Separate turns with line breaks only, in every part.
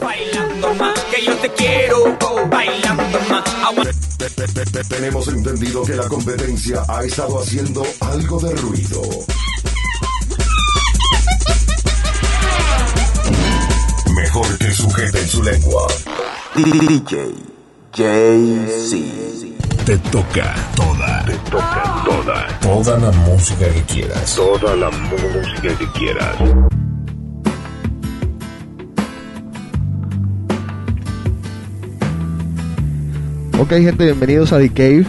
Bailando más, que yo te quiero, bailando más.
Te- te- te- te- Tenemos entendido que la competencia ha estado haciendo algo de ruido. Mejor que sujeten su lengua.
DJ JC.
Te toca toda. Te toca toda. Toda la música que quieras. Toda la música que quieras.
Ok, gente, bienvenidos a The Cave.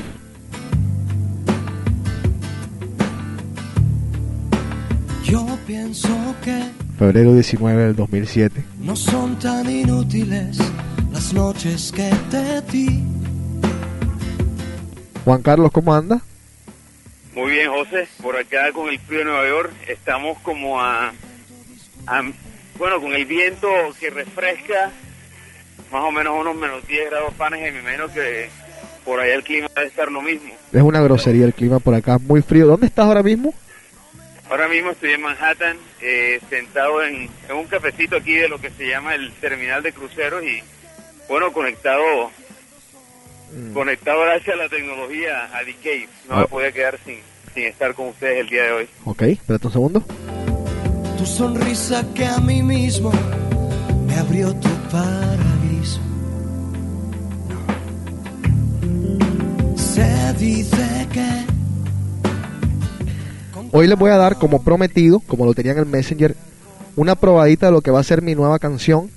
Yo pienso que
Febrero 19 del 2007.
no son tan inútiles las noches que te di.
Juan Carlos, ¿cómo anda?
Muy bien, José. Por acá con el frío de Nueva York estamos como a, a- Bueno, con el viento que refresca, más o menos unos menos 10 grados panes, y me imagino que por allá el clima debe estar lo mismo.
Es una grosería el clima por acá, muy frío. ¿Dónde estás ahora mismo?
Ahora mismo estoy en Manhattan, eh, sentado en, en un cafecito aquí de lo que se llama el terminal de cruceros y, bueno, conectado conectado gracias a la tecnología a Decay. No me podía quedar sin, sin estar con ustedes el día de hoy.
Ok, espérate un segundo.
Tu sonrisa que a mí mismo me abrió tu paraíso. Se dice que
Hoy les voy a dar, como prometido, como lo tenía en el Messenger, una probadita de lo que va a ser mi nueva canción.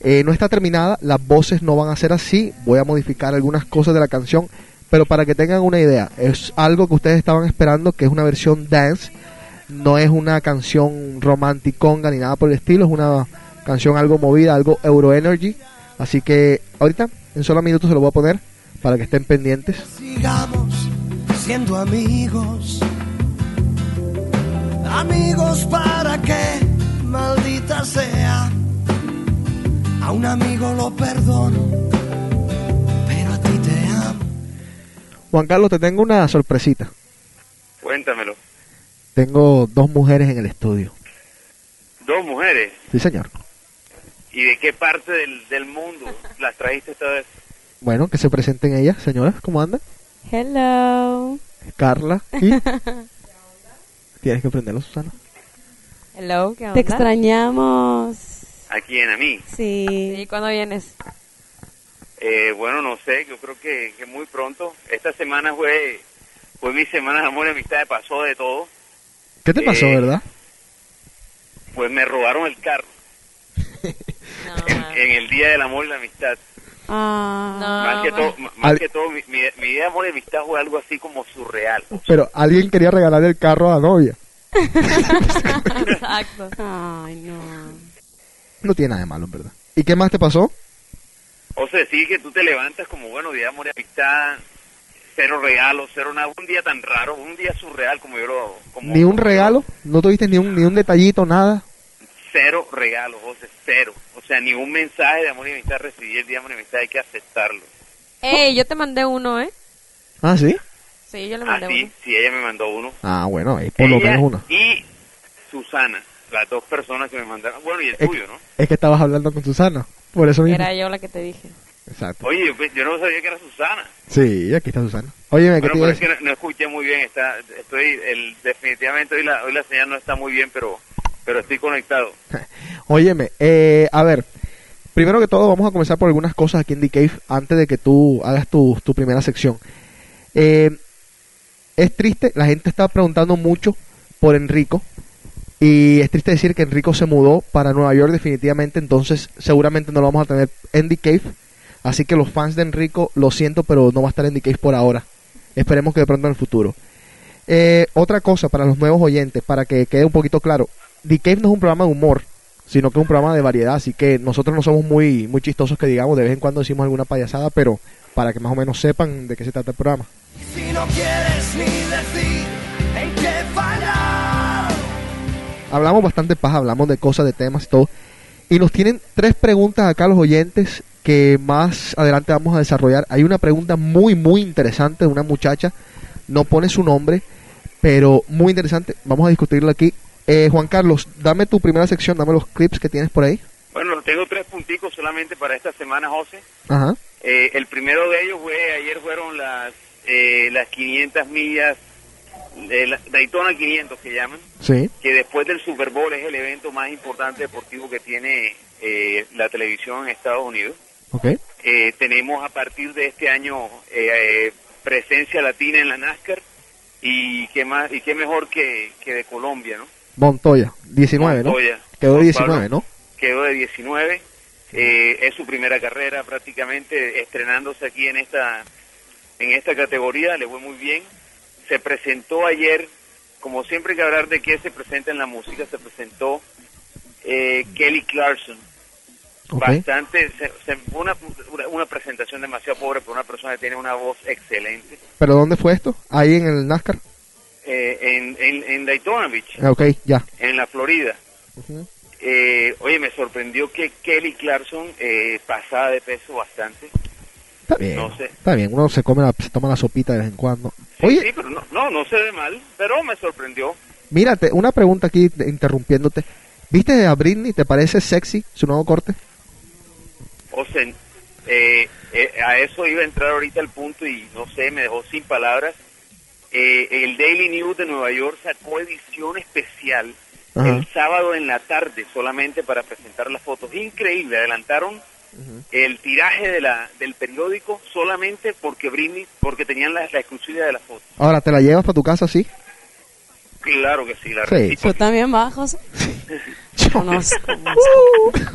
Eh, no está terminada, las voces no van a ser así. Voy a modificar algunas cosas de la canción. Pero para que tengan una idea, es algo que ustedes estaban esperando, que es una versión dance. No es una canción romanticonga ni nada por el estilo. Es una canción algo movida, algo Euro Energy. Así que ahorita, en solo minutos, se lo voy a poner para que estén pendientes.
sigamos siendo amigos. Amigos para que maldita sea. A un amigo lo perdono, pero a ti te amo.
Juan Carlos, te tengo una sorpresita.
Cuéntamelo.
Tengo dos mujeres en el estudio.
Dos mujeres.
Sí, señor.
¿Y de qué parte del, del mundo las trajiste esta vez?
Bueno, que se presenten ellas, señoras, ¿cómo andan?
Hello.
Carla y... Tienes que prenderlo, Susana.
Hello, ¿qué onda?
Te extrañamos.
¿A quién? ¿A mí?
Sí.
¿Y cuándo vienes?
Eh, bueno, no sé, yo creo que, que muy pronto. Esta semana fue, fue mi semana de amor y amistad, pasó de todo.
¿Qué te pasó,
Eh,
verdad?
Pues me robaron el carro en el Día del Amor y la Amistad.
Ah.
más que
ma-
todo, ma- más
Al-
que todo mi, mi, mi Día de Amor y Amistad fue algo así como surreal.
Pero alguien quería regalar el carro a la novia.
Exacto.
Ay, no.
No tiene nada de malo, en verdad. ¿Y qué más te pasó?
O sea, sí que tú te levantas como, bueno, Día de Amor y Amistad, cero regalo, cero nada. Un día tan raro, un día surreal como yo lo... Como,
¿Ni un regalo? ¿No tuviste ni un, ni un detallito, nada?
cero regalos, José, cero. O sea, ni un mensaje de amor y amistad recibí el día de amor y amistad, hay que aceptarlo.
Ey, yo te mandé uno, ¿eh?
¿Ah, sí?
Sí, yo le mandé
Así,
uno.
¿Ah, sí, ella me mandó uno.
Ah, bueno, ahí por lo
Ella
menos una.
Y Susana, las dos personas que me mandaron. Bueno, y el
Es,
tuyo, ¿no?
es que estabas hablando con Susana, por eso mismo.
Era yo la que te dije.
Exacto.
Oye, yo, yo no sabía que era Susana.
Sí, aquí está Susana. Oye, ¿qué
Bueno,
te
pero
iba a
es que
decir?
no, no escuché muy bien. Está, estoy, el, definitivamente hoy la, hoy la señal no está muy bien, pero, pero estoy conectado.
Óyeme, eh, a ver, primero que todo vamos a comenzar por algunas cosas aquí en The Cave antes de que tú hagas tu, tu primera sección. Eh, es triste, la gente está preguntando mucho por Enrico y es triste decir que Enrico se mudó para Nueva York definitivamente, entonces seguramente no lo vamos a tener en The Cave, así que los fans de Enrico lo siento, pero no va a estar en The Cave por ahora. Esperemos que de pronto en el futuro. Eh, otra cosa para los nuevos oyentes, para que quede un poquito claro, The Cave no es un programa de humor, sino que es un programa de variedad, así que nosotros no somos muy, muy chistosos que digamos, de vez en cuando decimos alguna payasada, pero para que más o menos sepan de qué se trata el programa.
Si no quieres ni decir en qué fallar.
Hablamos bastante paja, hablamos de cosas, de temas y todo. Y nos tienen tres preguntas acá los oyentes que más adelante vamos a desarrollar. Hay una pregunta muy, muy interesante de una muchacha, no pone su nombre, pero muy interesante, vamos a discutirla aquí. Eh, Juan Carlos, dame tu primera sección, dame los clips que tienes por ahí.
Tengo tres punticos solamente para esta semana, José.
Ajá.
Eh, el primero de ellos fue, ayer fueron las, eh, las 500 millas, de la, Daytona 500 que llaman,
Sí.
que después del Super Bowl es el evento más importante deportivo que tiene eh, la televisión en Estados Unidos.
Ok.
Eh, tenemos a partir de este año eh, eh, presencia latina en la NASCAR y qué más y qué mejor que, que de Colombia, ¿no?
Montoya, 19, ¿no?
Montoya.
Quedó
Juan
19,
Pablo
¿no?
Quedó de 19. eh, es su primera carrera prácticamente estrenándose aquí en esta en esta categoría, le fue muy bien. Se presentó ayer, como siempre hay que hablar de qué se presenta en la música, se presentó eh, Kelly Clarkson.
Ok.
Bastante, se- se- una, una- una presentación demasiado pobre por una persona que tiene una voz excelente.
¿Pero dónde fue esto? Ahí en el NASCAR.
Eh, en, en, en Daytona Beach,
Ah, Ok, ya.
en la Florida.
Ujú.
Eh, oye, me sorprendió que Kelly Clarkson eh, pasaba de peso bastante.
Está bien.
No sé.
Está bien, uno se come la, se toma la sopita de vez en cuando.
Sí,
Oye,
sí, pero no, no, no se ve mal, pero me sorprendió.
mírate, una pregunta aquí te- interrumpiéndote. ¿Viste a Britney? ¿Te parece sexy su nuevo corte?
O sea, eh, eh, a eso iba a entrar ahorita el punto y no sé, me dejó sin palabras. Eh, el Daily News de Nueva York sacó edición especial
Ajá.
el sábado en la tarde solamente para presentar las fotos. Increíble, adelantaron el tiraje de la, del periódico solamente porque Britney, porque tenían la, la exclusividad de las fotos.
Ahora, ¿te la llevas para tu casa, sí?
Claro que sí, la
Sí.
recito.
Tú también bajos. No sé.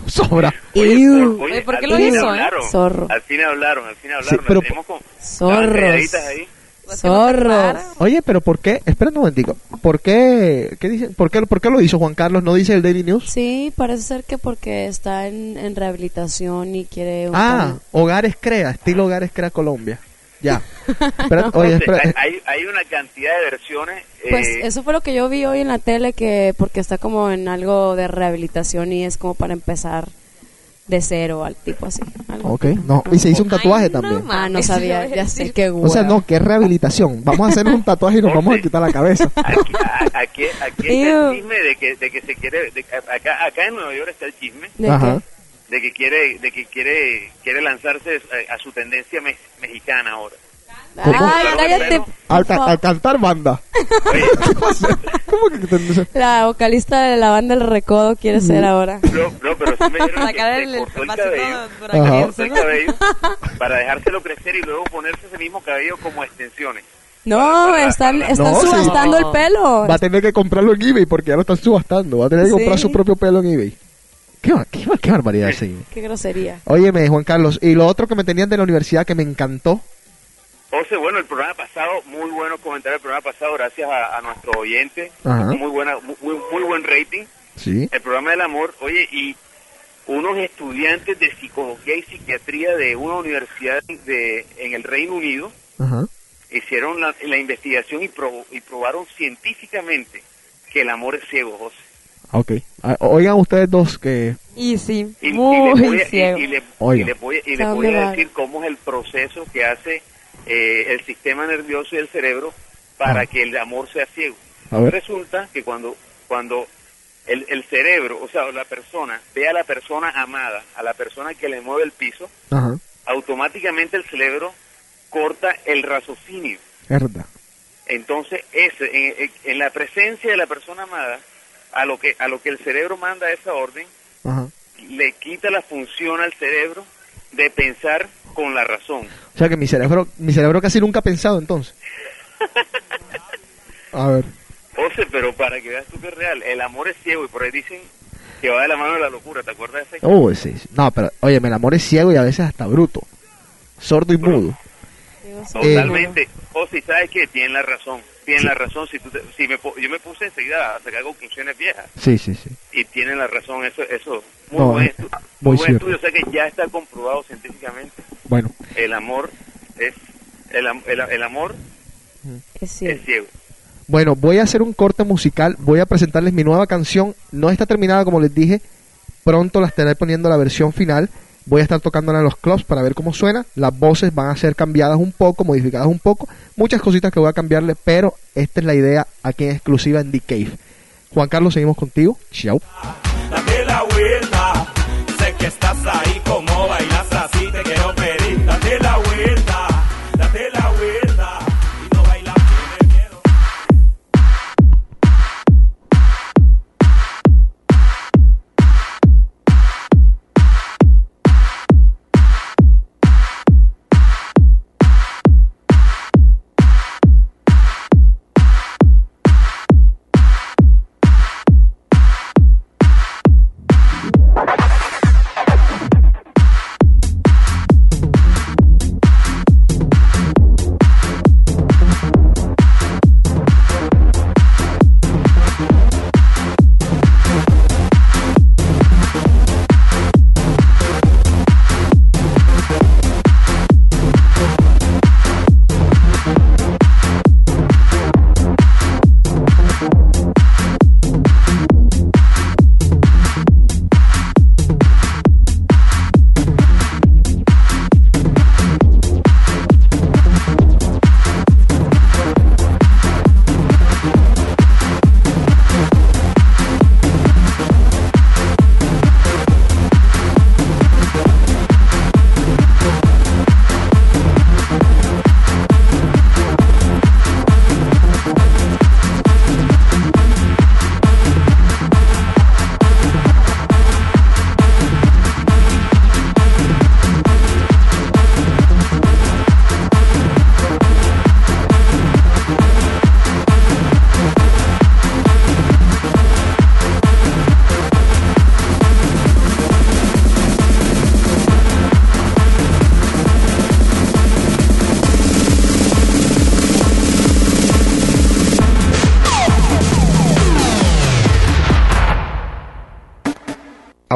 Sobra.
Oye,
Iu.
por- oye,
Oye, ¿por qué
al
lo
fin
hizo, eh?
hablaron,
Zorro.
Al fin hablaron, al fin hablaron.
pero-
Nos tenemos con
Zorros.
las pegaditas ahí.
Zorros.
Oye, pero ¿por qué? Espera un momentico. ¿Por qué? ¿Qué dicen? ¿Por qué, ¿Por qué lo hizo Juan Carlos? ¿No dice el Daily News?
Sí, parece ser que porque está en, en rehabilitación y quiere un
Ah,
cambio.
Hogares Crea, estilo Hogares Crea Colombia. Ya. Espera, oye,
Entonces,
espera.
hay, hay- hay una cantidad de versiones. eh,
Pues eso fue lo que yo vi hoy en la tele, que porque está como en algo de rehabilitación y es como para empezar de cero al tipo así. algo.
Ok, no. Y se hizo un tatuaje también.
Ah, no sabía, ya sé qué
O sea, no, que es rehabilitación. Vamos a hacer un tatuaje y nos vamos a quitar la cabeza.
Aquí, a- aquí, aquí está
Ew.
el chisme de que, de que se quiere. de- acá, acá en Nueva York está el chisme
Ajá.
de que quiere de que quiere quiere lanzarse eh, a, a su tendencia me- mexicana ahora.
¿Cómo?
Ay, cállate.
Claro,
Al,
por favor.
al cantar banda.
Oye,
¿Cómo que te-
La vocalista de la banda El Recodo quiere ser ahora.
no, no, pero sí me dijeron que
Sacar
se
el, el
cortó el
vasito
cabello.
de- para
Ajá.
caerse,
cortó el
¿no?
cabello para dejárselo crecer y luego ponerse ese mismo cabello como extensiones.
No, están, están
No, sí.
subastando el pelo.
Va a tener que comprarlo en eBay porque ya lo están subastando. Va a tener que
Sí.
comprar su propio pelo en eBay. Qué, bar- qué, bar- qué barbaridad ese eBay.
Qué grosería.
Óyeme, Juan Carlos, y lo otro que me tenían de la universidad que me encantó.
José, bueno, el programa pasado, muy buenos comentarios el programa pasado, gracias a, a nuestro oyente.
Ajá.
Muy, buena, muy, muy buen rating.
Sí.
El programa del amor, oye, y unos estudiantes de psicología y psiquiatría de una universidad de, en el Reino Unido
Ajá.
hicieron la, la investigación y, probo- y probaron científicamente que el amor es ciego, José.
Ok. Ah, Oigan ustedes dos que...
Y sí,
Y, y
muy
les voy a- y-
ciego.
y le-
Oiga.
y les voy, y les
¿A
voy
dónde
a
va?
decir cómo es el proceso que hace eh, el sistema nervioso y el cerebro para
Ah.
que el amor sea ciego.
A ver.
Resulta que cuando, cuando el, el cerebro, o sea, la persona, ve a la persona amada, a la persona que le mueve el piso,
Ajá.
automáticamente el cerebro corta el raciocinio.
Es verdad.
Entonces, ese, en, en- en la presencia de la persona amada, a lo que, a lo que el cerebro manda esa orden,
Ajá.
le quita la función al cerebro de pensar con la razón.
O sea que mi cerebro, mi cerebro casi nunca ha pensado entonces. A ver.
José, pero para que veas tú que es real, el amor es ciego y por ahí dicen que va de la mano de la locura, ¿te acuerdas de ese?
Oh, sí. sí. No, pero oye, el amor es ciego y a veces hasta bruto. Sordo y mudo.
Totalmente. José, ¿sabes qué? Tienen la razón, tienen la razón. Si, tú te- si me, po- yo me puse enseguida a sacar conclusiones viejas
Sí, sí, sí.
y tienen la razón, eso eso muy
No,
buen,
es
estu-
muy
muy buen
cierto.
estudio, o sea que ya está comprobado científicamente,
Bueno.
el amor es el, am- el, el amor
Es
es
cierto.
ciego.
Bueno, voy a hacer un corte musical, voy a presentarles mi nueva canción, no está terminada como les dije, pronto la estaré poniendo la versión final, voy a estar tocándola en los clubs para ver cómo suena, las voces van a ser cambiadas un poco, modificadas un poco, muchas cositas que voy a cambiarle, pero esta es la idea aquí en exclusiva en The Cave. Juan Carlos, seguimos contigo, chao.
Date la vuelta, sé que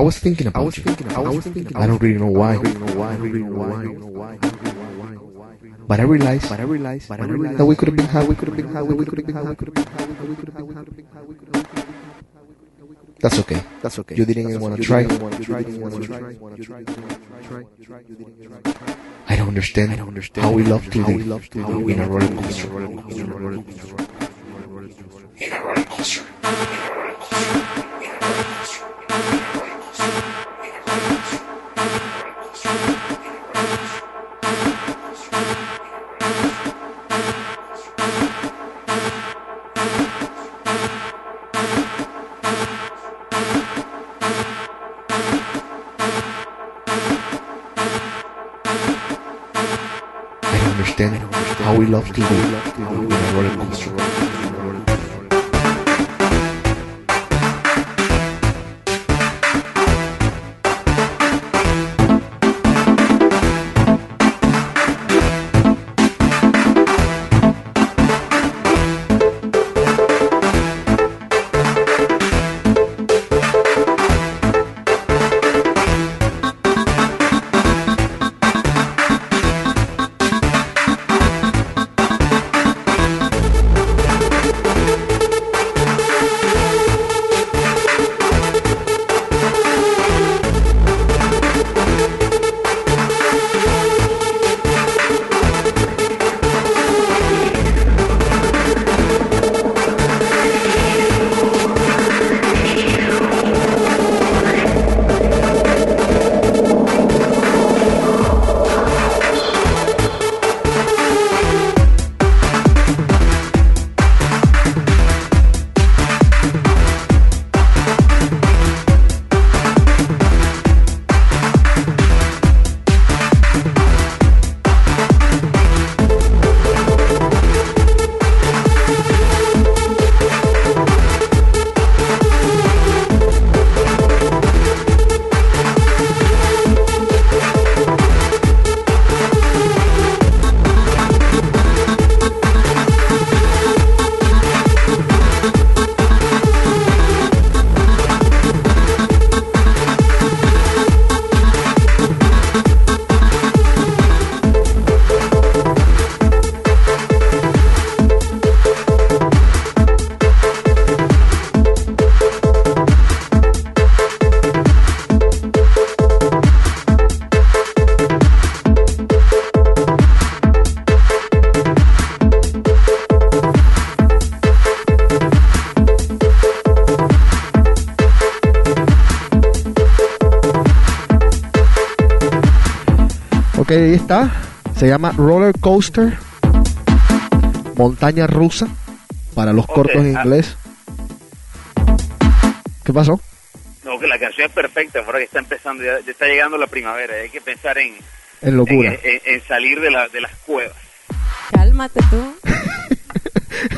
was thinking about you. I was thinking about you. I don't really know why. I don't really know why. I don't really know why. But I realized, but I realized, but I realized that we could have been high, we could have been high, we could have been high, we could have been high, we could have been high, we could have been high, we could have been high. That's okay. That's okay. You didn't even want to try. You didn't want to try. I don't understand. I don't understand how we love to live. How we in a roller coaster. In a roller coaster. In a roller coaster. I don't understand how we love to live. In a roller coaster.
Ok, ahí está. Se llama Roller Coaster. Montaña rusa. Para los
Ok,
cortos en
ah.
inglés. ¿Qué pasó?
No, que la canción es perfecta, ahora que está empezando, ya, ya está llegando la primavera, hay que pensar en,
En locura.
en, en- en salir de, la, de las cuevas.
Cálmate tú.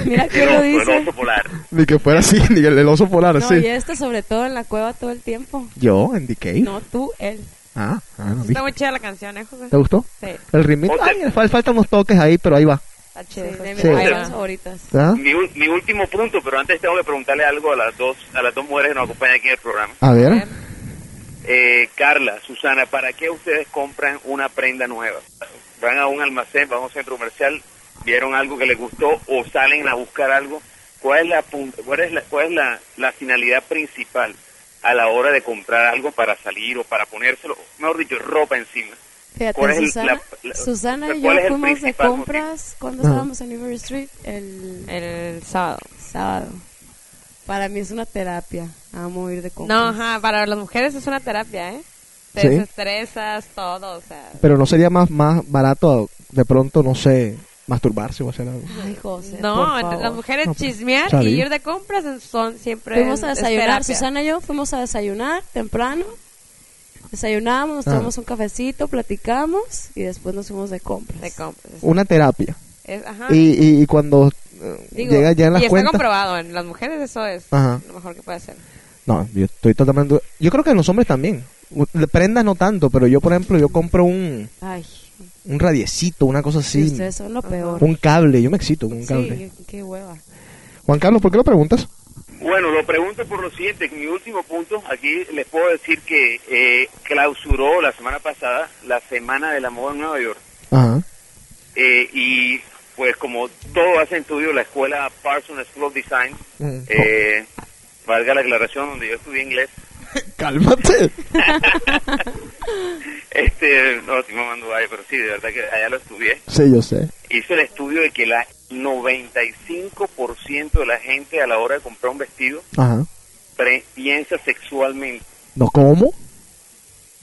Mira quién lo
El oso, el
dice.
oso polar.
Ni que fuera así, ni el, el oso polar
No,
así.
y esto sobre todo en la cueva todo el tiempo.
Yo, en Decay.
No, tú, él.
Ah, ah, no
Está
dije.
muy chida la canción, ¿eh, José?
¿Te gustó?
Sí,
El ritmo.
Ponte-
Ay, fal- faltan unos toques ahí, pero ahí va.
está
Sí,
chida.
de mis
Sí.
canciones favoritas.
¿Ah?
Mi, ul- mi último punto, pero antes tengo que preguntarle algo a las dos, a las dos mujeres que nos acompañan aquí en el programa.
A
Em,
ver.
Eh, Carla, Susana, ¿para qué ustedes compran una prenda nueva? Van a un almacén, van a un centro comercial, vieron algo que les gustó o salen a buscar algo. ¿Cuál es la pun- cuál es la, cuál es la, la finalidad principal a la hora de comprar algo para salir o para ponérselo, mejor dicho, ropa encima? ¿Cuál
Fíjate,
es el-
Susana,
la- la-
Susana y yo
cuál es el
fuimos de
principal
compras cuando
Ajá.
estábamos en River Street el
El sábado.
sábado. Para mí es una terapia. Amo ir de compras.
No, ajá, para las mujeres es una terapia, ¿eh? Te
Sí.
desestresas, todo, o sea...
Pero no sería más, más barato, de pronto, no sé, masturbarse o hacer algo.
Ay, José,
No,
por
entre
favor.
las mujeres
No, pues,
chismear
está
y
bien.
ir de compras son siempre...
Fuimos a
es
desayunar,
terapia.
Susana y yo fuimos a desayunar temprano. Desayunamos, nos
Ah.
tomamos un cafecito, platicamos y después nos fuimos de compras.
De compras. es-
Una terapia.
es- ajá.
Y, y, y cuando eh,
Digo,
llega ya en
y
las
está
cuentas...
comprobado, en las mujeres eso es
Ajá.
lo mejor que puede hacer.
No, yo estoy totalmente... Yo creo que en los hombres también. U- de Prendas no tanto, pero yo, por ejemplo, yo compro un,
Ay,
un radiecito, una cosa
y
así.
ustedes son lo peor.
Un cable, yo me excito con un cable.
Sí, qué hueva.
Juan Carlos, ¿por qué lo preguntas?
Bueno, lo pregunto por lo siguiente, en mi último punto, aquí les puedo decir que eh, clausuró la semana pasada la Semana del Amor en Nueva York.
Ajá.
Eh, y pues como todo hace estudio, la escuela Parsons School of Design,
Mm.
eh, valga la aclaración, donde yo estudié inglés,
Cálmate.
este, no, estoy mamando ahí, pero sí, de verdad que allá lo estudié,
Sí, yo sé.
hizo el estudio de que la 95% de la gente a la hora de comprar un vestido
Ajá.
pre- piensa sexualmente.
¿No cómo?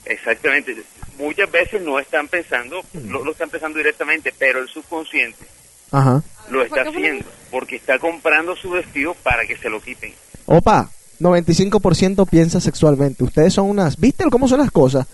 Exactamente. Muchas veces no están pensando, no lo están pensando directamente, pero el subconsciente
Ajá.
lo está haciendo porque está comprando su vestido para que se lo quiten.
Opa, 95% piensa sexualmente. Ustedes son unas... ¿Viste cómo son las cosas?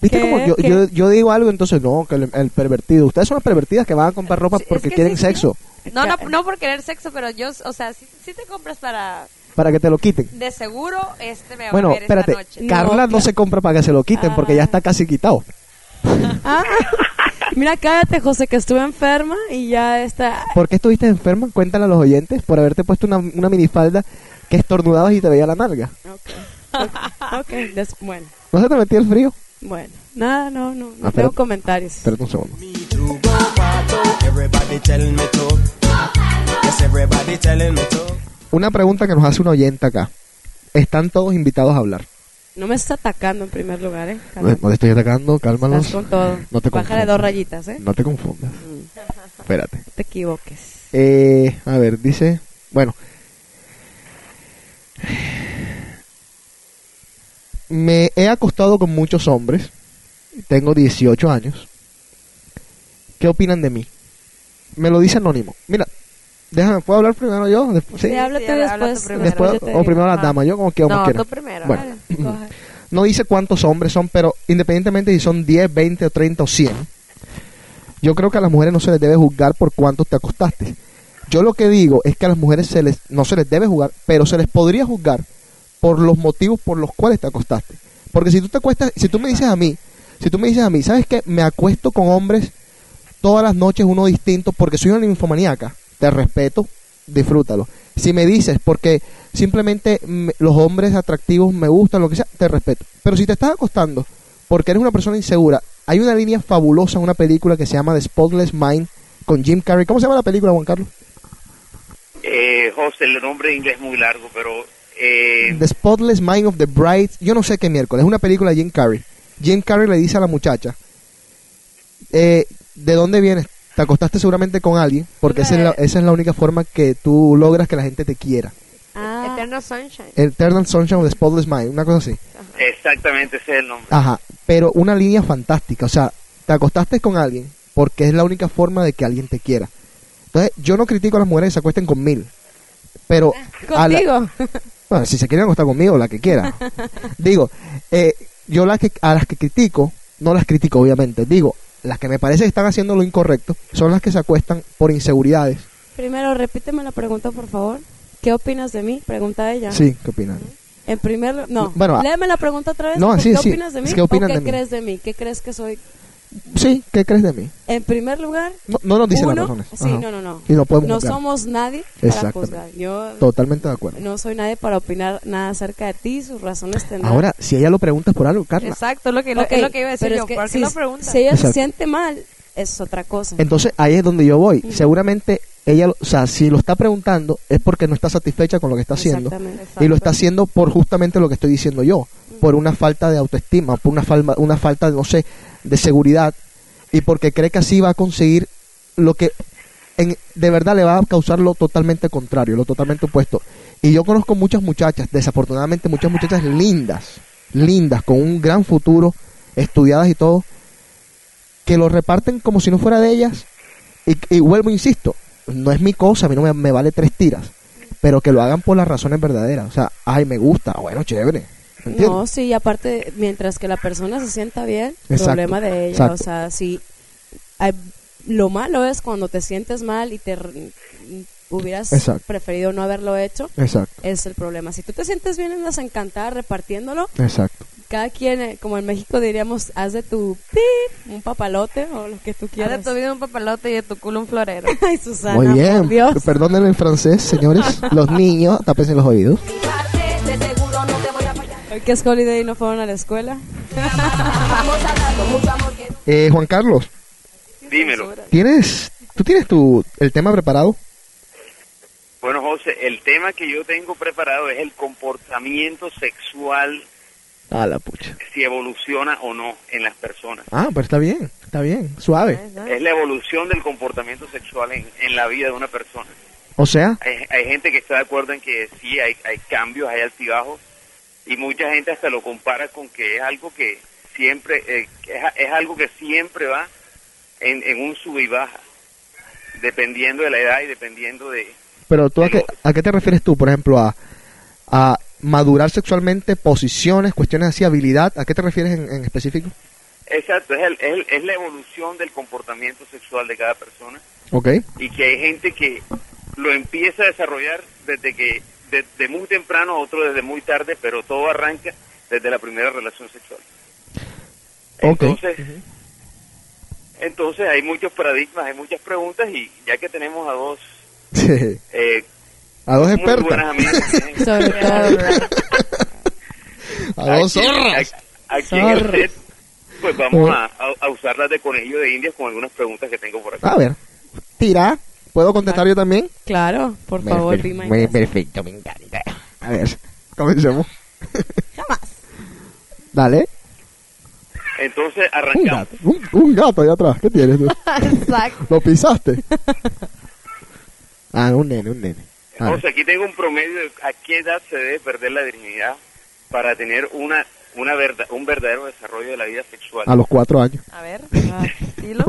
¿Viste
¿Qué?
cómo yo,
¿Qué?
yo, yo digo algo, entonces no, que el, el pervertido. Ustedes son las pervertidas que van a comprar ropa
Sí, es
porque
que
quieren
sí, sí.
sexo,
No, no, no por querer sexo, pero yo, o sea, si, te compras para,
para que te lo quiten.
de seguro, este me va
Bueno,
a ver
espérate,
esta noche.
No,
Carla no
claro.
se compra para que se lo quiten porque ya
Ah.
está casi quitado.
Ah, mira, cállate, José, que estuve enferma y ya está.
¿Por qué estuviste enferma? Cuéntale a los oyentes por haberte puesto una, una minifalda que estornudabas y te veía la nalga.
Ok, ok, ok, des- bueno,
¿No se te metía el frío?
bueno. Nada, no, no, no
Ah, pero-
tengo comentarios.
Espérate un segundo.
Everybody telling me to. Yes, everybody telling me to.
Una pregunta que nos hace un oyente acá. Están todos invitados a hablar.
No me estás atacando en primer lugar, ¿eh?
No,
Carlos.
no te estoy atacando,
Estás
cálmalos.
con todo.
No te confundas.
Bájale dos rayitas, ¿eh?
No te confundas. Espérate.
No te equivoques.
Eh, a ver, dice. Bueno. Me he acostado con muchos hombres. Tengo 18 años. ¿Qué opinan de mí? Me lo dice anónimo. Mira, déjame, ¿puedo hablar primero yo? Después, sí.
Sí, háblate
Sí, habla tú
después.
primero.
Después,
yo te
o
digo. Ah.
primero la
Ajá.
dama, yo como que como
no,
quiera.
tú primero.
Bueno.
dale.
Coge.
No dice cuántos hombres son, pero independientemente si son 10, 20 o 30 o 100, yo creo que a las mujeres no se les debe juzgar por cuántos te acostaste. Yo lo que digo es que a las mujeres se les, no se les debe juzgar, pero se les podría juzgar por los motivos por los cuales te acostaste. Porque si tú te acuestas, si tú me dices a mí, si tú me dices a mí, ¿sabes qué? Me acuesto con hombres todas las noches uno distinto porque soy una ninfomaníaca. Te respeto, disfrútalo. Si me dices porque simplemente mm, los hombres atractivos me gustan, lo que sea, te respeto. Pero si te estás acostando porque eres una persona insegura, hay una línea fabulosa en una película que se llama The Spotless Mind con Jim Carrey. ¿Cómo se llama la película, Juan Carlos?
Eh, José, el nombre en inglés es muy largo, pero eh,
The Spotless Mind of the Bride, yo no sé qué miércoles, es una película de Jim Carrey. Jim Carrey le dice a la muchacha, eh, ¿de dónde vienes? Te acostaste seguramente con alguien, porque esa es, la, esa es la única forma que tú logras que la gente te quiera.
Ah,
Eternal Sunshine.
Eternal Sunshine of the Spotless Mind, una cosa así.
exactamente ese es el nombre.
Ajá, pero una línea fantástica, o sea, te acostaste con alguien porque es la única forma de que alguien te quiera. Entonces, yo no critico a las mujeres que se acuesten con mil, pero... a la-
Ah, contigo.
Bueno, si se quieren acostar conmigo, la que quiera. Digo, eh, yo las que, a las que critico, no las critico obviamente, digo, las que me parece que están haciendo lo incorrecto son las que se acuestan por inseguridades.
Primero, repíteme la pregunta, por favor. ¿Qué opinas de mí? Pregunta ella.
Sí, ¿qué opinan?
En primer lu- no.
Bueno, ah-
Léeme la pregunta otra vez.
No,
¿Por
sí,
¿Qué
sí.
opinas de mí?
Es que opinan
¿O qué
de mí.
crees de mí? ¿Qué crees que soy?
Sí, ¿qué crees de mí?
En primer lugar,
No, no nos dicen
uno,
las razones.
Sí,
Ajá.
no, no, no.
Y no podemos juzgar.
somos nadie para
Exactamente.
juzgar. Yo
Totalmente de acuerdo.
no soy nadie para opinar nada acerca de ti, sus razones tendrán.
Ahora, si ella lo preguntas por algo, Carla,
Exacto, lo que, lo,
Ok,
es lo que iba a decir
pero
yo.
es que
¿Por qué
si,
lo preguntas?
si ella
Exacto.
se siente mal, es otra cosa.
entonces ahí es donde yo voy. Seguramente ella, lo- o sea, si lo está preguntando es porque no está satisfecha con lo que está haciendo.
Exactamente.
Y lo está haciendo por justamente lo que estoy diciendo yo, por una falta de autoestima, por una, falma- una falta, no sé, de seguridad, y porque cree que así va a conseguir lo que en- de verdad le va a causar lo totalmente contrario, lo totalmente opuesto. Y yo conozco muchas muchachas, desafortunadamente muchas muchachas lindas, lindas, con un gran futuro, estudiadas y todo, que lo reparten como si no fuera de ellas. Y, y vuelvo, e insisto, no es mi cosa, a mí no me, me vale tres tiras, pero que lo hagan por las razones verdaderas. O sea, ay, me gusta, bueno, chévere. ¿entiendes?
No, sí, y aparte, mientras que la persona se sienta bien,
Exacto,
problema de ella.
exacto.
O sea, sí. hay- lo malo es cuando te sientes mal y te r- hubieras
Exacto.
preferido no haberlo hecho,
Exacto,
es el problema. Si tú te sientes bien, andas encantada repartiéndolo,
exacto.
cada quien, eh, como en México diríamos, haz de tu pip un papalote o lo que tú
Haz de
quieras.
tu vida un papalote y de tu culo un florero.
Ay, Susana,
Muy
por
bien.
Dios.
Perdonen en francés, señores. Los niños, tapense los oídos.
Hoy que es holiday y no fueron a la escuela.
Eh, Juan Carlos,
Dímelo.
¿tienes, ¿tú tienes tu, el tema preparado?
Bueno, José, el tema que yo tengo preparado es el comportamiento sexual,
A Ah, la pucha.
si evoluciona o no en las personas.
Ah, pero está bien, está bien, suave.
Es la evolución del comportamiento sexual en, en la vida de una persona.
O sea,
Hay, hay gente que está de acuerdo en que sí, hay, hay cambios, hay altibajos, y mucha gente hasta lo compara con que es algo que siempre, eh, que es, es algo que siempre va en, en un sub y baja, dependiendo de la edad y dependiendo de...
pero tú a qué, a qué te refieres tú, por ejemplo, a, a madurar sexualmente, posiciones, cuestiones así, habilidad, ¿a qué te refieres en, en específico?
Exacto, es, el- es el- es la evolución del comportamiento sexual de cada persona.
Ok,
y que hay gente que lo empieza a desarrollar desde que desde muy temprano, otro desde muy tarde, pero todo arranca desde la primera relación sexual.
Ok.
Entonces, entonces hay muchos paradigmas, hay muchas preguntas y ya que tenemos a dos eh,
a dos
muy buenas
expertas,
amigas,
Sobre todo.
a dos
aquí,
zorras.
aquí en el set, pues vamos
Oh.
a, a- a usarlas de conejillo de indias con algunas preguntas que tengo por acá.
A ver, tira, ¿puedo contestar yo también?
Claro, Ah, por favor, be my guest.
perfecto, me encanta. A ver, comencemos. Dale.
Entonces
Un
arrancamos.
gato, un, un gato ahí atrás, ¿qué tienes tú?
Exacto.
¿Lo pisaste? ah, un nene, un nene. A
O
ver.
sea, aquí tengo un promedio de a qué edad se debe perder la virginidad para tener una, una verda- un verdadero desarrollo de la vida sexual.
A los cuatro años.
A ver,
ah,
dilo.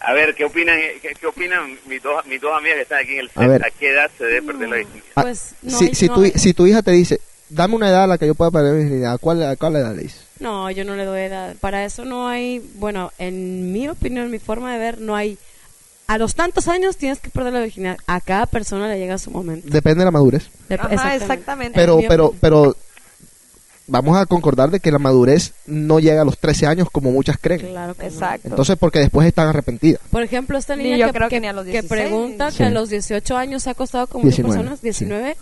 A ver, ¿qué opinan, qué, qué opinan mis, dos, mis dos amigas que están aquí en el
A
set?
ver.
¿A qué edad se debe perder la virginidad?
Ah,
Pues, no,
si,
yo
si,
no-
tu, si tu hija te dice, dame una edad a la que yo pueda perder mi virginidad, ¿a cuál, a cuál edad le dices?
No, yo no le doy edad. Para eso no hay, bueno, en mi opinión, mi forma de ver, no hay. A los tantos años tienes que perder la virginidad. A cada persona le llega su momento.
Depende de la madurez.
Dep-
Ajá, exactamente.
Pero,
mi
pero, pero, vamos a concordar de que la madurez no llega a los 13 años como muchas creen.
Claro que no.
Exacto.
Entonces, porque después están arrepentidas.
Por ejemplo, esta
Ni
niña
yo
que,
creo que
que-
ni a los
que
16.
pregunta
Sí.
que a los 18 años se ha acostado con
19,
muchas personas,
sí.
19.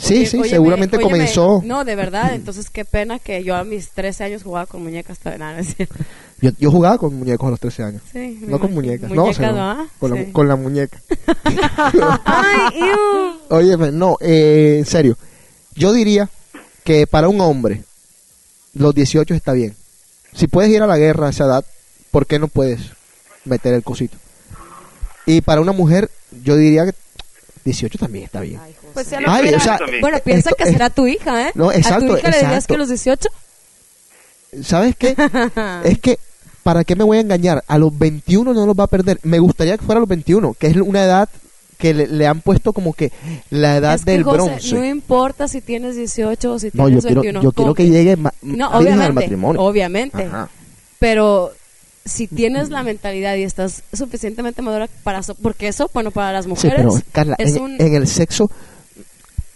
Sí,
Oye,
sí,
óyeme,
seguramente
óyeme,
comenzó.
No, de verdad. Entonces, qué pena que yo a mis 13 años jugaba con muñecas todavía. Nada, no es cierto.
Yo, yo jugaba con muñecos a los 13 años.
Sí, me
no con
imagino.
muñecas, no, o
Muñecas,
sea,
¿no?
Con,
Sí.
la, con la muñeca.
¡Ay, iu.
Oye, no, eh, en serio. Yo diría que para un hombre, los 18 está bien. Si puedes ir a la guerra a esa edad, ¿por qué no puedes meter el cosito? Y para una mujer, yo diría que 18 también está bien.
Pues si a los
Ay,
mira,
o sea,
también.
Bueno, piensa
Esto
que
es-
será tu hija, ¿eh?
No,
¿A tu
exacto,
hija le dirías
exacto.
que a los 18?
¿Sabes qué? es que, ¿para qué me voy a engañar? A los 21 no los va a perder. Me gustaría que fuera a los 21, que es una edad que le, le han puesto como que la edad
Es que,
del
José,
bronce.
No importa si tienes 18 o si
No,
tienes
yo quiero,
21.
yo quiero que
¿cómo?
llegue ma-
No,
virgen
obviamente.
al matrimonio.
Obviamente.
Ajá.
Pero si tienes la mentalidad y estás suficientemente madura para eso, porque eso, bueno, para las
Sí,
mujeres
pero Carla,
es
en,
un...
en el sexo,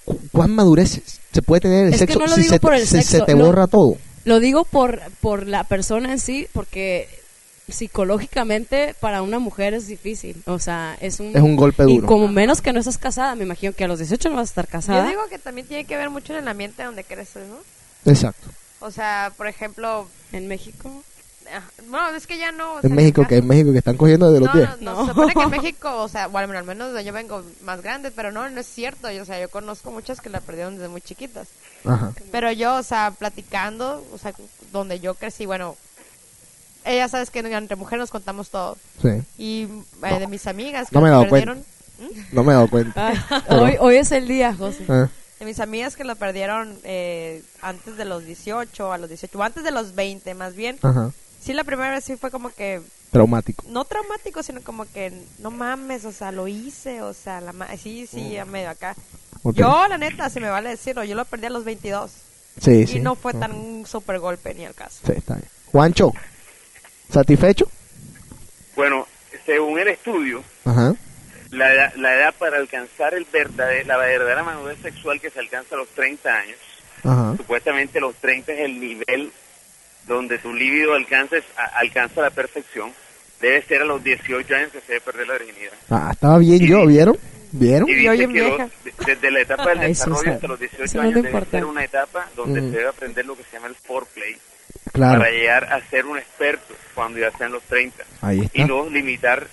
cu- ¿cuán madurez se puede tener en el
Es que
sexo
no lo
si
digo
se,
por el
si se
sexo,
te
lo-
borra todo?
Lo digo por, por la persona en sí, porque psicológicamente para una mujer es difícil. O sea, es un...
Es un golpe
y
duro.
como menos que no estás casada, me imagino que a los 18 no vas a estar
yo
casada.
digo que también tiene que ver mucho en el ambiente donde creces, ¿no?
Exacto.
O sea, por ejemplo,
En México...
ah, bueno, es que ya no. o sea,
En México,
mi
que en México que están cogiendo desde los 10.
No, no,
No.
no, se supone que en México, o sea, bueno, al menos donde yo vengo más grande, pero no, no es cierto. Yo, o sea, yo conozco muchas que la perdieron desde muy chiquitas.
Ajá.
Pero yo, o sea, platicando, o sea, donde yo crecí, bueno, ella sabes que entre mujeres nos contamos todo.
Sí.
Y eh, de mis amigas que
No me he
lo
dado
perdieron,
No me he dado cuenta.
Ay, Ah, hoy, hoy es el día, José.
Ah.
de mis amigas que lo perdieron eh, antes de los 18, a los 18, o antes de los 20 más bien.
Ajá.
Sí, la primera vez sí fue como que
Traumático.
no traumático, sino como que no mames, o sea, lo hice, o sea, la ma- sí, sí, a medio acá.
Ok.
Yo, la neta, se me vale decirlo, yo lo perdí a los 22
Sí,
y
sí. Ah.
no fue tan un super golpe ni al caso.
Sí, está bien. Juancho, ¿satisfecho?
Bueno, según el estudio,
Ajá.
la edad, la edad para alcanzar el verdadero, la verdadera madurez sexual que se alcanza a los 30 años
Ajá.
Supuestamente los 30 es el nivel donde tu líbido alcanza, alcanza la perfección. Debe ser a los 18 años que se debe perder la virginidad.
Ah, estaba bien yo, ¿vieron? ¿Vieron?
Y
oye,
dice que
vieja.
los- de- desde la etapa del
Ah, eso
desarrollo
está-
hasta los 18
eso no
años
te
debe
importa.
ser una etapa donde
Mm.
se debe aprender lo que se llama el foreplay
Claro,
para llegar a ser un experto cuando ya sean los 30
ahí
y
está.
no limitar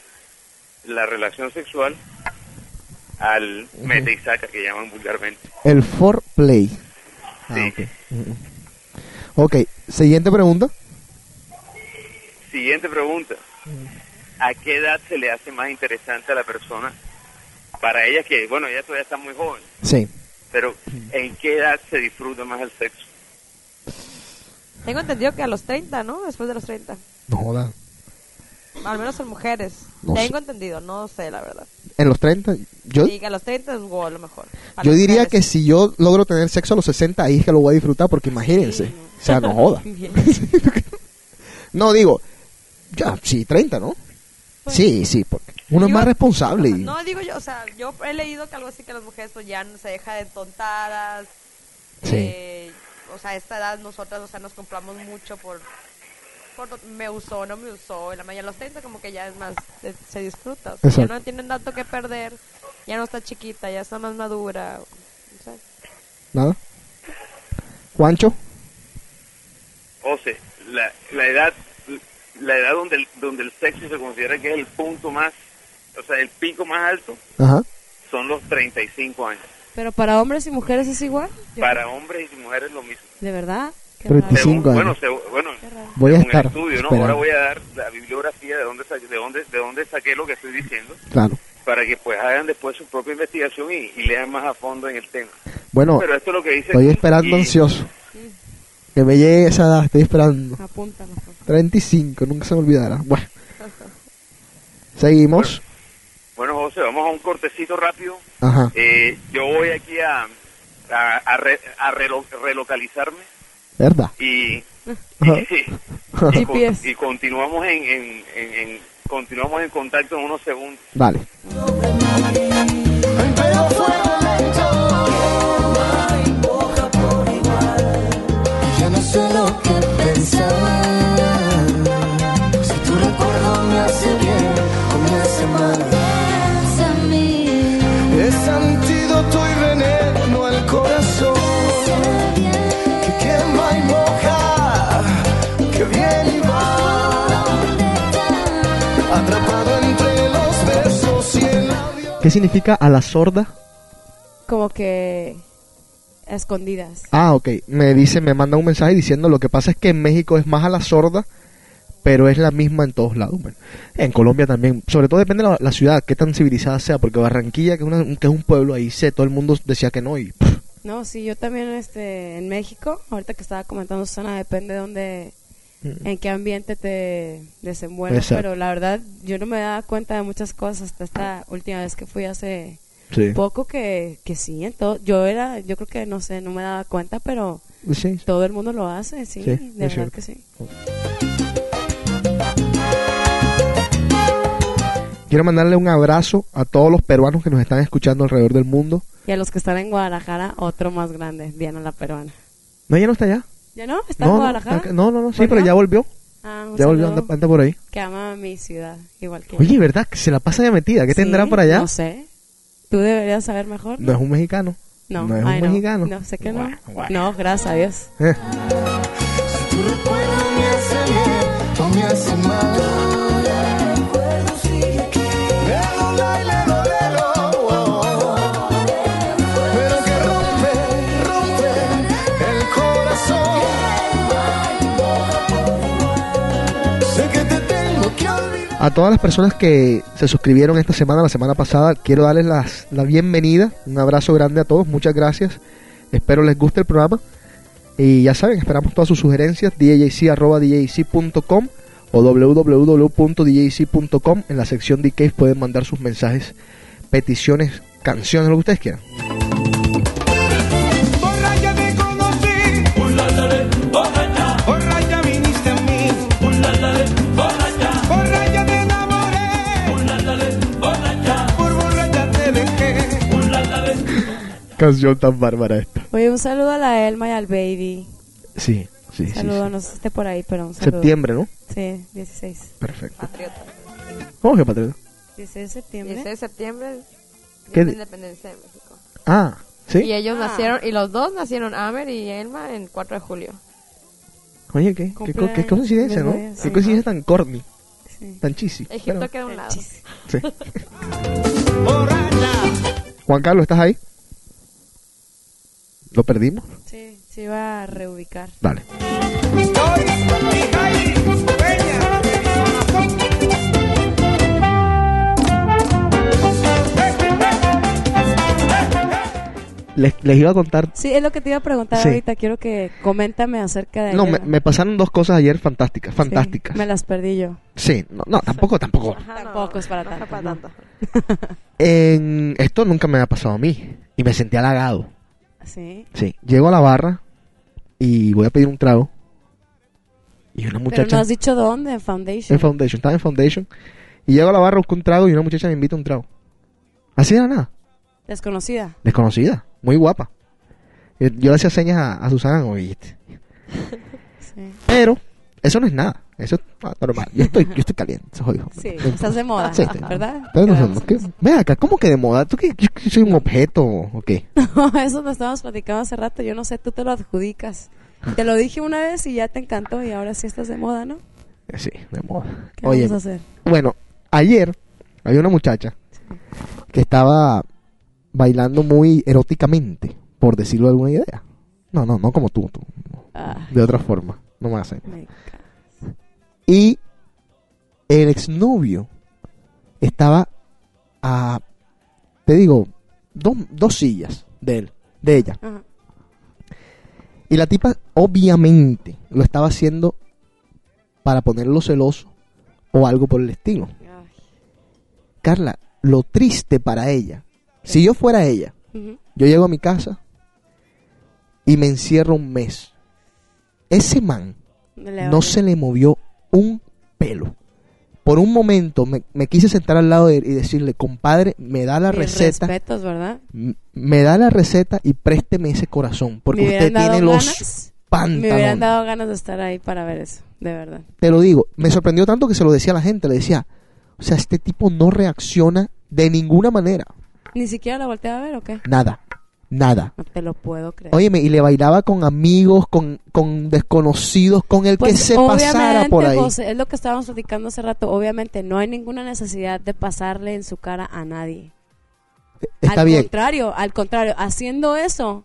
la relación sexual al mete y saca que llaman vulgarmente.
El foreplay. Ah, ok.
Sí.
Mm, mm. Ok, siguiente pregunta.
Siguiente pregunta. ¿A qué edad se le hace más interesante a la persona? Para ella que, bueno, ella todavía está muy joven,
Sí.
pero ¿en qué edad se disfruta más el sexo?
Tengo entendido que a los 30, ¿no? Después de los 30.
No jodas.
Al menos en mujeres.
No
Tengo entendido, no sé la verdad.
En los 30, yo,
Sí, que a los 30 es wow, a lo mejor. Para
yo
las
diría
mujeres.
que si yo logro tener sexo a los 60, ahí es que lo voy a disfrutar, porque imagínense. O sea, no joda.
Bien.
no, digo, ya, sí, 30, ¿no?
Pues-
sí, sí, porque uno es
Digo-
más responsable. y-
No, digo yo, o sea, yo he leído que algo así que las mujeres pues ya no se deja de tontadas.
Sí.
eh, o sea, a esta edad nosotras, o sea, nos compramos mucho por, por lo- me usó, no me usó. En la mañana a los 30 como que ya es más, eh, se disfruta. o sea, ya
Exacto.
no tienen tanto que perder, ya no está chiquita, ya está más madura. o sea,
Nada. Juancho,
O sea, la, la edad la edad donde el, donde el sexo se considera que es el punto más, o sea, el pico más alto
ajá.
son los 35 años.
Pero para hombres y mujeres es igual.
Para hombres y mujeres lo mismo.
¿De verdad? Qué
Pero
raro.
te-
Según-
25
bueno,
años.
segu- bueno,
Voy a
según el
estar
estudio, ¿no?
esperando.
Ahora voy a dar la bibliografía de dónde, sa- de dónde, de dónde saqué lo que estoy diciendo
Claro.
para que pues hagan después su propia investigación y, y lean más a fondo en el tema.
Bueno,
Pero esto es lo que dice...
estoy
aquí,
esperando
y-
ansioso. Que me llegue esa edad, estoy esperando.
Apúntalo. por favor.
35, nunca se me olvidará. Bueno. Seguimos.
Bueno, José, vamos a un cortecito rápido.
Ajá.
Eh, yo voy aquí a, a, a re- a relo- relocalizarme
¿Verdad?
y, y-
Ajá.
y
Sí,
con-
pies.
y continuamos en, en- en- en- continuamos en contacto en unos segundos.
Dale.
Pero fue lento, y boca por igual. Ya no sé lo que pensar. Si tu recuerdo me hace bien o me hace mal. Es antídoto y veneno al corazón que quema y moja, que viene y va. Atrapado entre los besos y el labio.
¿Qué significa a la sorda?
Como que a escondidas.
Ah, ok. Me dice, me manda un mensaje diciendo lo que pasa es que en México es más a la sorda, pero es la misma en todos lados. Bueno, en Colombia también. Sobre todo depende de la, la ciudad, qué tan civilizada sea, porque Barranquilla, que, es una- que es un pueblo ahí, sé, todo el mundo decía que no y... pff,
No, sí, yo también este, en México, ahorita que estaba comentando Susana, depende de dónde, en qué ambiente te desenvuelves,
Exacto.
pero la verdad yo no me daba cuenta de muchas cosas hasta esta última vez que fui hace
sí.
poco que, que sí, en todo- yo era, yo creo que no sé, no me daba cuenta, pero
Sí, sí.
todo el mundo lo hace, sí,
Sí,
de
es
verdad
cierto.
que sí.
Quiero mandarle un abrazo a todos los peruanos que nos están escuchando alrededor del mundo.
Y a los que están en Guadalajara, otro más grande, Diana la peruana.
No, ella no está allá.
¿Ya no? ¿Está en
No, no,
Guadalajara?
acá- no, no, no, sí,
¿Volvió?
pero ya volvió.
Ah, un
Ya volvió,
saludo,
anda, anda por ahí.
Que ama mi ciudad, igual que
Oye, ¿verdad? Que Se la pasa ya metida. ¿Qué
Sí,
tendrá por allá?
No sé. Tú deberías saber mejor.
No es un mexicano.
No,
no es un
ay,
mexicano.
No, sé que no.
Guau, guau.
No, gracias a Dios.
Eh,
Tu recuerdo me hace bien o me hace mal. Tu recuerdo sigue aquí. Lelo, lai, lelo, lelo, oh, oh. Pero que rompe, rompe el corazón. Sé que te tengo que olvidar.
A todas las personas que se suscribieron esta semana, la semana pasada, quiero darles las, la bienvenida. Un abrazo grande a todos. Muchas gracias. Espero les guste el programa. Y ya saben, esperamos todas sus sugerencias. djc.com o www.djc.com. En la sección de cave pueden mandar sus mensajes, peticiones, canciones, lo que ustedes quieran.
Borracha te conocí, borracha viniste a mí, borracha te enamoré, por borracha te dejé.
Canción tan bárbara esta.
Oye, un saludo a la Elma y al Baby.
Sí, sí, sí,
saludo,
sí.
no sé si esté por ahí, pero un saludo.
Septiembre, ¿no?
Sí, 16.
Perfecto.
Patriota.
¿Cómo que patriota?
16 de septiembre.
16 de septiembre,
¿Qué
¿Qué?
di-
la independencia de México.
Ah,
Y
¿sí?
ellos
Ah.
nacieron, y los dos nacieron, Amer y Elma, en 4 de julio.
Oye, ¿qué, qué, co-
Cumpleaños.
qué coincidencia, ¿no?
Sí,
Qué
¿no?
coincidencia tan corny,
Sí.
tan chisi.
Egipto
Pero-
queda a un lado.
Chis.
sí. Juan Carlos, ¿estás ahí? ¿Lo perdimos?
Sí, se iba a reubicar.
Dale. Les, les iba a contar.
Sí, es lo que te iba a preguntar
Sí.
ahorita. Quiero que coméntame acerca de.
No, me,
ayer.
me pasaron dos cosas ayer fantásticas,
Sí,
fantásticas.
me las perdí yo.
Sí, no, no, tampoco, tampoco.
Ajá,
Tampoco es para
no fue
tanto,
para
no.
tanto.
En, esto nunca me ha pasado a mí y me sentí halagado.
Sí.
Sí, llego a la barra y voy a pedir un trago. Y una
Pero
muchacha
no has dicho dónde, en Foundation.
en Foundation, estaba en Foundation. Y llego a la barra, busco un trago y una muchacha me invita un trago. Así de la nada,
Desconocida.
desconocida, muy guapa. Eh, Yo le hacía señas a, a Susana, oye, este.
Sí.
pero eso no es nada, eso es ah, normal. Yo estoy, yo estoy caliente, soy hijo.
Sí,
No
estás de moda,
Sí, sí.
¿verdad?
Pero no sé,
Quedamos
¿qué?
en eso.
Ve acá, ¿cómo que de moda? ¿Tú qué, yo- yo soy un objeto o qué?
No, eso lo estábamos platicando hace rato. Yo no sé, tú te lo adjudicas. Te lo dije una vez y ya te encantó y ahora sí estás de moda, ¿no?
Eh, Sí, de moda.
¿Qué
Oye,
vamos a hacer?
bueno, ayer había una muchacha que estaba bailando muy eróticamente, por decirlo de alguna idea. No, no, no como tú, tú,
Ah,
de otra forma, no me hace.
me-
Y el exnovio estaba a, te digo, dos, dos sillas de él, de ella.
Ajá.
Y la tipa obviamente lo estaba haciendo para ponerlo celoso o algo por el estilo.
Ay.
Carla, lo triste para ella. Si yo fuera ella,
Ujú.
yo llego a mi casa y me encierro un mes. Ese man
Me le
no
vale.
se le movió un pelo. Por un momento me, me quise sentar al lado de él y decirle, compadre, me da la
Mis
receta,
respetos, ¿verdad?
m- me da la receta y présteme ese corazón, porque
Me
usted
hubieran dado
tiene los
ganas, Me hubieran
pantalones.
dado ganas de estar ahí para ver eso, de verdad.
te lo digo, me sorprendió tanto que se lo decía a la gente, le decía, o sea, este tipo no reacciona de ninguna manera,
¿Ni siquiera la volteaba a ver o qué?
nada, nada.
No te lo puedo creer.
Óyeme, y le bailaba con amigos, con, con desconocidos, con el que
Pues,
se pasara
obviamente,
por ahí.
José, es lo que estábamos platicando hace rato. Obviamente no hay ninguna necesidad de pasarle en su cara a nadie.
Está
al
bien,
contrario, al contrario, haciendo eso.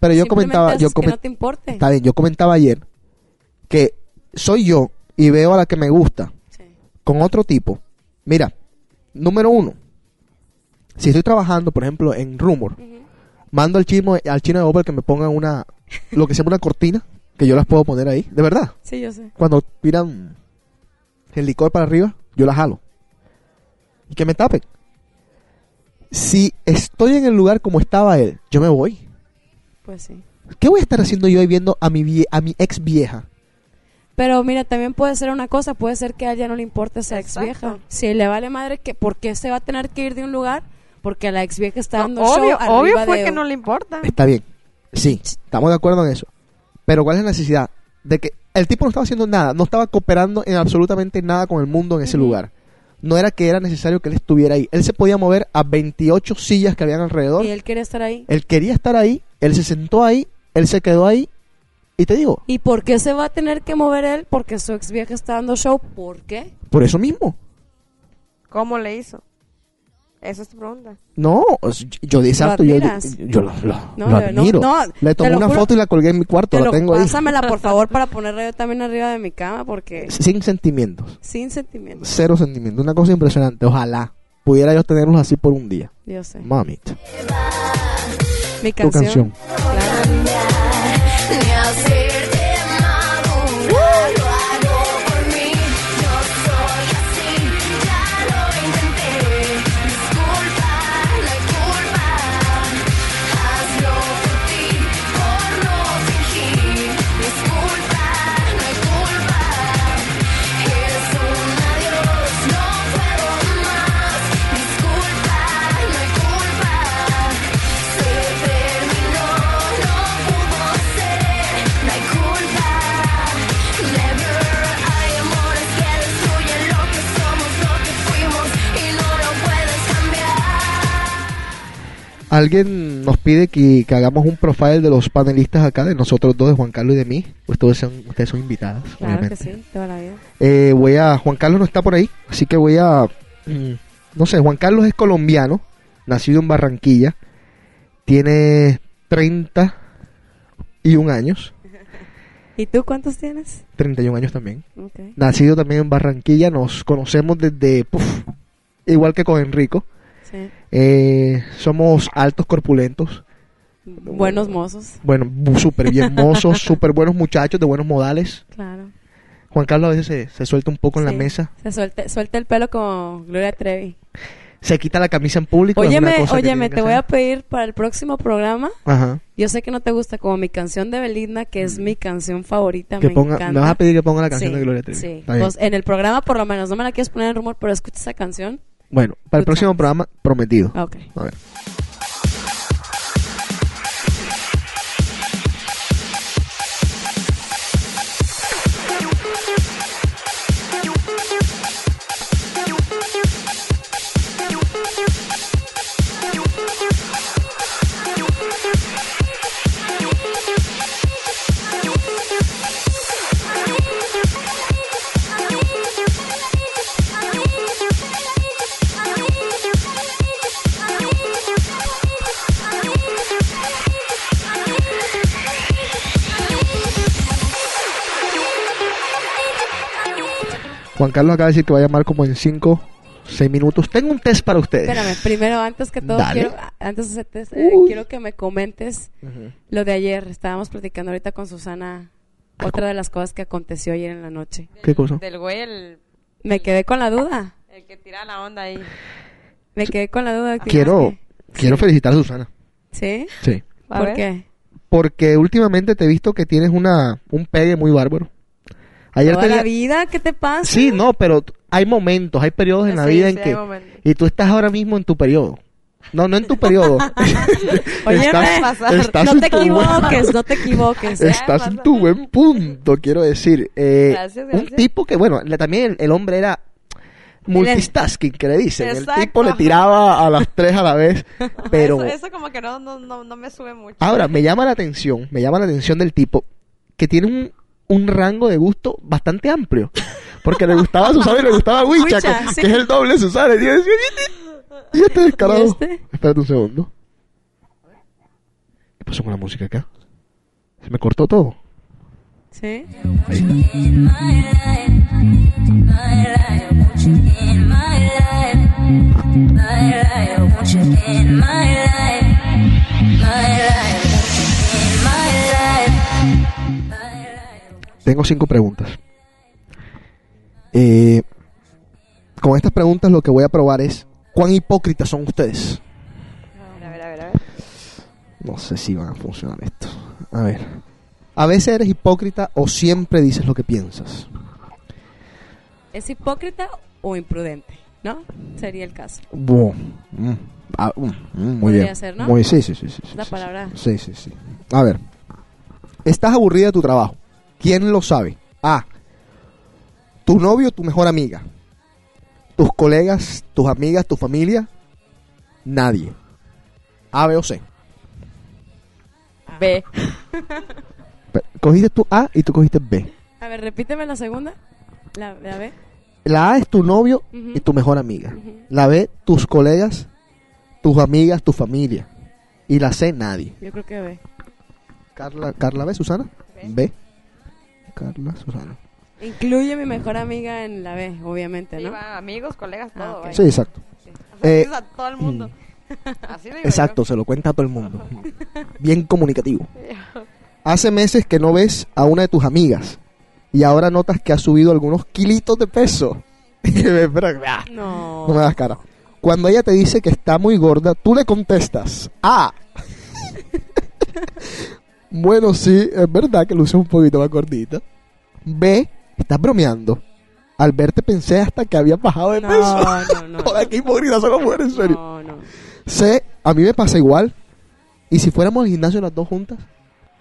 pero yo
simplemente
comentaba,
haces
yo
que
comen-
no te importe.
está bien, yo comentaba ayer que soy yo y veo a la que me gusta
Sí.
con otro tipo. Mira, número uno, si estoy trabajando, por ejemplo, en Rumor, mando al chino, al chino de Opel que me ponga una, lo que se llama una cortina, que yo las puedo poner ahí, de verdad.
Sí, yo sé.
Cuando tiran el licor para arriba, yo la jalo. Y que me tapen. Si estoy en el lugar como estaba él, yo me voy.
Pues sí.
¿Qué voy a estar haciendo yo ahí viendo a mi, vie- a mi ex vieja?
Pero mira, también puede ser una cosa, puede ser que a ella no le importe esa ex
Exacto.
vieja. Si le vale madre, que ¿por qué se va a tener que ir de un lugar? Porque la ex vieja está dando
No, obvio,
show
obvio
arriba
fue
de
que
un-
no le importa.
Está bien. Sí, estamos de acuerdo en eso. Pero ¿cuál es la necesidad? De que el tipo no estaba haciendo nada, no estaba cooperando en absolutamente nada con el mundo en ese
Ujú.
lugar. No era que era necesario que él estuviera ahí. Él se podía mover a 28 sillas que habían alrededor.
Y él quiere estar ahí.
Él quería estar ahí, él se sentó ahí, él se quedó ahí. Y te digo,
¿Y por qué se va a tener que mover él? Porque su ex vieja está dando show. ¿Por qué?
por eso mismo.
¿Cómo le hizo? Esa es tu pregunta.
No, es- yo exacto, yo,
admiras?
yo lo, lo-
No,
lo
no, no,
admiro.
no,
Le
te
tomé
lo
una
juro.
foto y la colgué en mi cuarto,
Pero
la tengo ahí.
pásamela, por favor, para ponerla yo también arriba de mi cama, porque
Sin sentimientos,
sin sentimientos.
cero sentimientos. Una cosa impresionante, ojalá pudiera yo tenerlos así por un día.
Yo sé.
Mamita,
Mi
tu canción.
claro.
Ni hacerte madurar, lo hago por mí. Yo soy así, ya lo intenté. Disculpa, no hay culpa. Hazlo por ti, por no fingir. Disculpa, no hay culpa. Es un adiós, no puedo más. Disculpa, no hay culpa. Se terminó.
Alguien nos pide que, que hagamos un profile de los panelistas acá, de nosotros dos, de Juan Carlos y de mí. Ustedes son, ustedes son invitadas,
Claro que
obviamente.
sí, toda la vida.
Eh, voy a. Juan Carlos no está por ahí, así que voy a. mm, No sé, Juan Carlos es colombiano, nacido en Barranquilla, tiene 31 años,
¿Y tú cuántos tienes?
31 años también.
Ok.
Nacido también en Barranquilla, nos conocemos desde. puf, igual que con Enrico.
Sí.
Eh, somos altos, corpulentos,
Buenos mozos.
bueno, bu- súper bien mozos, súper buenos muchachos, de buenos modales.
Claro.
Juan Carlos a veces se, se suelta un poco en
Sí.
la mesa,
Se suelte, suelta el pelo como Gloria Trevi.
se quita la camisa en público. es una
Óyeme,
cosa que
óyeme,
tienen que
te voy a
hacer.
pedir para el próximo programa.
Ajá.
Yo sé que no te gusta como mi canción de Belinda, que es mi canción favorita.
Mm. que
me
ponga,
encanta.
me vas a pedir que ponga la canción
Sí,
de Gloria Trevi.
sí.
Está bien.
Pues, en el programa, por lo menos, no me la quieres poner en rumor, pero escucha esa canción.
bueno, para el
tú
próximo
sabes.
programa prometido.
Ah, Ok.
A ver. Juan Carlos acaba de decir que va a llamar como en 5, 6 minutos. Tengo un test para ustedes.
Espérame, primero, antes que todo,
Dale.
quiero, antes de hacer test, eh,
Uy.
quiero que me comentes
Ujú.
lo de ayer. Estábamos platicando ahorita con Susana otra de las cosas que aconteció ayer en la noche.
¿Qué cosa?
Del güey, el,
Me quedé con la duda.
el que tira la onda ahí.
Me quedé con la duda.
Ah, Quiero, quiero felicitar a Susana.
¿Sí?
Sí.
A
¿Por
ver.
qué?
Porque últimamente te he visto que tienes una, un pegue muy bárbaro. Ayer
¿Toda
te
la vida? ¿Qué te pasa?
Sí, no, pero t- hay momentos, hay periodos en la
Sí,
vida
sí,
en
hay
que...
momentos.
Y tú estás ahora mismo en tu periodo. No, no en tu periodo.
Oye,
Estás-
me-
pasar.
estás
no
en
te
tu buen-
equivoques, no te equivoques.
Estás en tu buen punto, quiero decir. Eh,
Gracias,
Un
gracias.
tipo que, bueno, le- también el, el hombre era multitasking, que le dicen.
Exacto.
El tipo le tiraba a las tres a la vez, pero...
Eso, eso como que no, no, no, no me sube mucho.
Ahora, me llama la atención, me llama la atención del tipo que tiene un, un rango de gusto bastante amplio. Porque le gustaba Susana y le gustaba Wicha,
Huicha,
que,
sí.
que es el doble de Susana. Y yo decía, "¿Y este- y este descarado.
¿Y este?
Espérate un segundo. ¿Qué pasó con la música acá? Se me cortó todo.
¿Sí?
Tengo cinco preguntas. Eh, con estas preguntas lo que voy a probar es cuán hipócritas son ustedes.
A ver, a ver, a ver, a ver.
No sé si van a funcionar esto. A ver. A veces eres hipócrita o siempre dices lo que piensas.
¿Es hipócrita o imprudente? ¿No? Sería el caso.
Bu- mm, ah, mm, mm, muy
Podría
bien.
ser, ¿no?
Muy, sí, sí, sí, sí, sí,
La
sí,
palabra.
Sí, sí, sí. A ver. Estás aburrida de tu trabajo. ¿Quién lo sabe? A. Tu novio, tu mejor amiga. Tus colegas, tus amigas, tu familia. Nadie. A, B o C.
B.
Pero, Cogiste tú A y tú cogiste B.
A ver, repíteme la segunda. La, la B.
La A es tu novio
Ujú.
y tu mejor amiga. La B, tus colegas, tus amigas, tu familia. Y la C, nadie.
Yo creo que B.
Carla, Carla B, Susana. B. Carla, Susana.
Incluye a mi mejor amiga en la B, obviamente,
Sí,
¿no?
va, amigos, colegas,
Ah,
todo.
ok.
vaya.
Sí, exacto.
O sea,
Eh,
eso es a todo el mundo. Así lo digo
Exacto, se lo cuenta a todo el mundo. Bien comunicativo. Hace meses que no ves a una de tus amigas y ahora notas que has subido algunos kilitos de peso. Espera, ah,
No.
no me das cara. Cuando ella te dice que está muy gorda, tú le contestas, ah, bueno, sí, es verdad que luce un poquito más gordita. B, estás bromeando. Al verte pensé hasta que habías bajado de
No,
peso.
no, no.
Joder, qué hipócritas son las mujeres, en serio.
No, no.
C, a mí me pasa igual. ¿Y si fuéramos al gimnasio las dos juntas?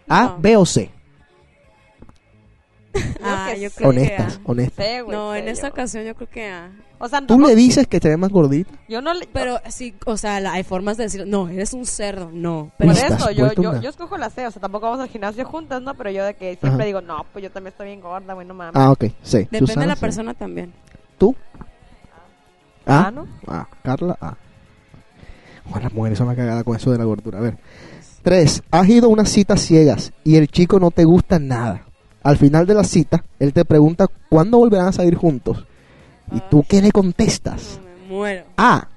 A,
No.
B o C.
Ah,
que
yo
sí.
creo que
Honestas,
A.
honestas.
Sí, güey,
No, en
serio.
esta ocasión yo creo que A.
O sea,
Tú
no-
le dices que te ve más gordita.
Yo no le.
Pero sí, o sea, la- hay formas de decir, no, eres un cerdo, no.
Por
Pero
Uy,
eso,
estás
yo,
vuelto
yo,
una-
yo escojo la C, o sea, tampoco vamos al gimnasio juntas, ¿no? Pero yo de que siempre
Ajá.
digo, no, pues yo también estoy bien gorda, güey, no mames.
Ah, ok, sí.
depende
Susana,
de la
sí.
persona también.
¿Tú?
Ah,
Ah,
¿no?
ah, Carla, ah. Bueno, las mujeres son la cagada con eso de la gordura. A ver. Tres, has ido a unas citas ciegas y el chico no te gusta nada. Al final de la cita, él te pregunta cuándo volverán a salir juntos. ¿Y tú qué le contestas?
No, me muero.
A.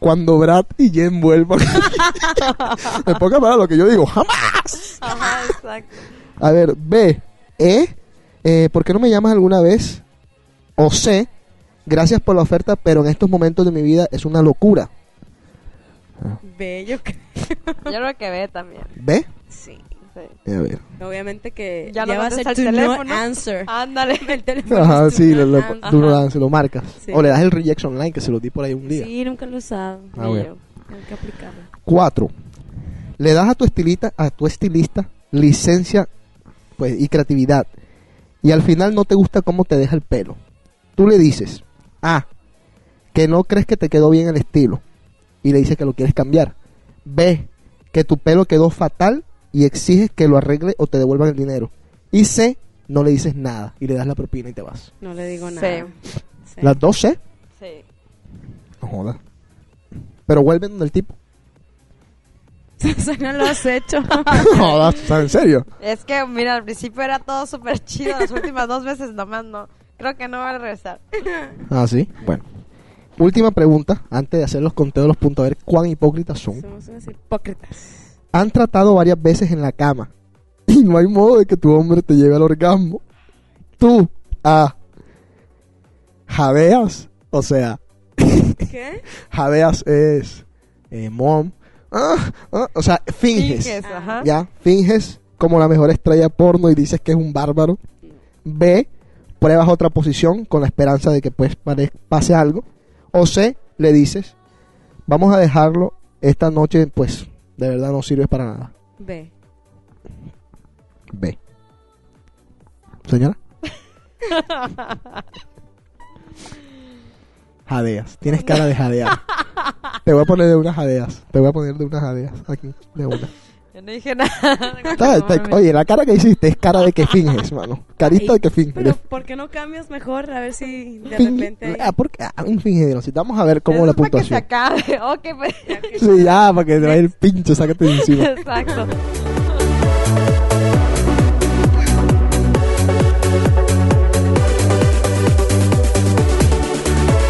Cuando Brad y Jen vuelvan. en pocas palabras, lo que yo digo, jamás.
Ajá, exacto.
A ver, B. E. eh, ¿Por qué no me llamas alguna vez? O C. Gracias por la oferta, pero en estos momentos de mi vida es una locura.
Bello. que-
Yo creo que ve también.
¿B?
Sí.
Sí.
A ver.
Obviamente que
Ya
ya,
no
va a ser
contesta
tu
el
no
teléfono.
answer.
Ándale.
El teléfono
Ajá,
es tu
Ah, sí,
no
lo, lo-
answer.
tú lo das, se lo marcas.
Sí.
O le das el rejection line, que se lo di por ahí un día.
Sí, nunca lo he usado.
Ah,
ni
bueno.
yo. Hay que aplicarlo.
Cuatro. Le das a tu estilita, a tu estilista, licencia pues, y creatividad. Y al final no te gusta cómo te deja el pelo. Tú le dices, A, que no crees que te quedó bien el estilo. Y le dices que lo quieres cambiar. B, que tu pelo quedó fatal y exiges que lo arregle o te devuelvan el dinero. Y C, no le dices nada y le das la propina y te vas.
No le digo
Sí.
nada. Sí.
Las dos C.
Sí.
No jodas. Pero vuelven donde el tipo.
O sea, no lo has hecho.
No jodas, o sea, en serio.
Es que, mira, al principio era todo súper chido, las últimas dos veces nomás no. Creo que no va a regresar.
Ah, sí. Bueno. Última pregunta, antes de hacer los conteos de los puntos, a ver cuán hipócritas son.
Somos unos hipócritas.
Han tratado varias veces en la cama y no hay modo de que tu hombre te lleve al orgasmo. Tú, A, jadeas, o sea,
¿Qué?
jadeas es eh, mom, ah, ah, o sea, finges,
Finges, ajá.
ya, finges como la mejor estrella porno y dices que es un bárbaro. B, pruebas otra posición con la esperanza de que pues pare- pase algo. O C, le dices, vamos a dejarlo esta noche, pues de verdad no sirve para nada.
Ve.
B. Señora. Jadeas, tienes cara de jadear. Te voy a poner de unas jadeas. Te voy a poner de unas jadeas. Aquí, de una.
Yo no dije nada.
Está- está- oye, la cara que hiciste es cara de que finges, mano. Carita de que finges.
Pero, ¿por qué no cambias mejor? A ver si de
Fin-
repente.
Ah, porque, ah, un fingidero. Si vamos a ver cómo
Eso
la
es para que se
puntuación.
acabe. Ok, pues.
Sí, ya, para que te vaya el pincho, sácate de encima.
Exacto.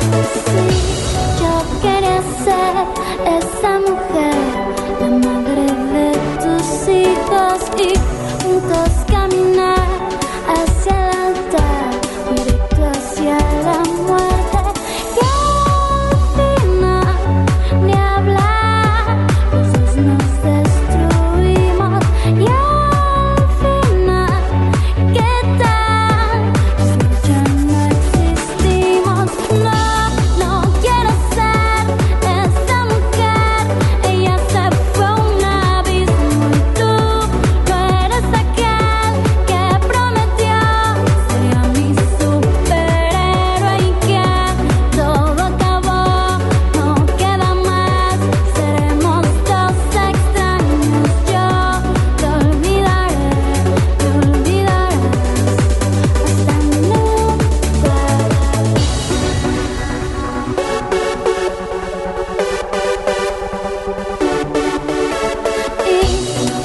Sí, yo quería ser esa mujer, la madre de tus hijos y juntos caminar hacia el altar, directo hacia la muerte. Y al final, ni hablar, los dos nos destruimos. Y al final, ¿qué tal? Ya no existimos. No, no quiero ser esta mujer. Ella se fue a un abismo y tú no eres aquel que prometió. Sería mi superhéroe y que todo acabó. No queda más. Seremos dos extraños. Yo te olvidaré, te olvidarás. Hasta nunca. ¿Y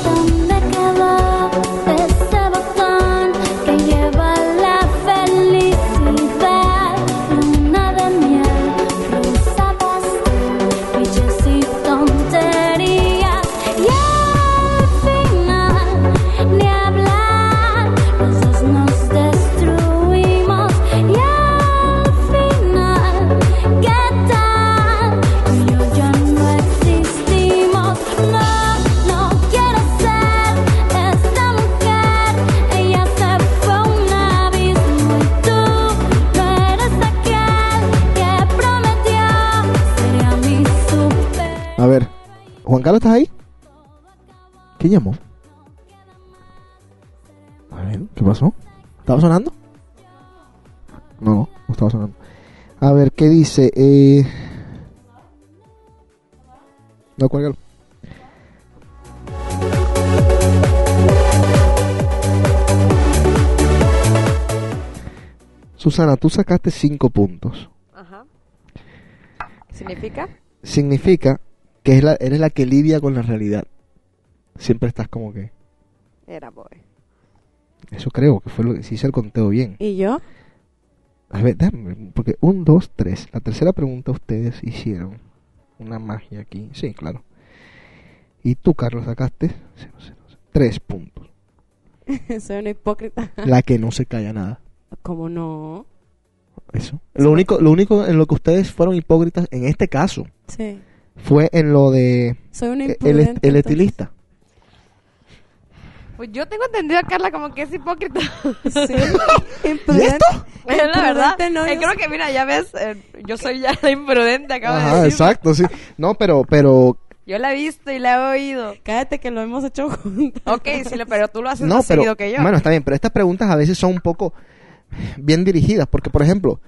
dónde quedó ese botón que lleva la felicidad? Luna de miel, rosa pastel, brillos y tonterías. Y al final, ni hablar, los dos nos destruimos. Y al final, ¿qué tal? Tú y yo ya no existimos. No, no quiero ser esta mujer. Ella se fue a un abismo y tú no eres aquel que prometió. Sería mi super.
A ver, Juan Carlos, ¿estás ahí? ¿Quién llamó? A ver, ¿qué pasó? ¿Estaba sonando? No, no estaba sonando. A ver, ¿qué dice? Eh... No, cuélgalo. Susana, tú sacaste 5 puntos.
Ajá. ¿Significa?
Significa que es la- eres la que lidia con la realidad. Siempre estás como que...
Era boy.
Eso creo que fue lo que... Si hice el conteo bien.
¿Y yo?
A ver, déjame, porque un, dos, tres. La tercera pregunta ustedes hicieron una magia aquí. Sí, claro. Y tú, Carlos, sacaste cero, cero, cero. tres puntos.
Soy una hipócrita.
La que no se calla nada.
¿Cómo no?
Eso. Lo único, lo único en lo que ustedes fueron hipócritas en este caso
Sí.
fue en lo de
Soy una
el,
hipócrita.
est- el estilista.
Pues yo tengo entendido a Carla como que es hipócrita.
Sí.
¿Y
Imprudente.
esto?
Bueno, la verdad,
Imprudente, no,
eh,
yo
creo que mira, ya ves, eh, yo soy ya la imprudente, acabo de
Ajá,
decir.
exacto, sí. No, pero, pero,
Yo la he visto y la he oído.
Cállate que lo hemos hecho juntos.
Ok, sí, lo- pero tú lo haces
no,
más
pero,
seguido que yo.
bueno, está bien, pero estas preguntas a veces son un poco bien dirigidas, porque, por ejemplo,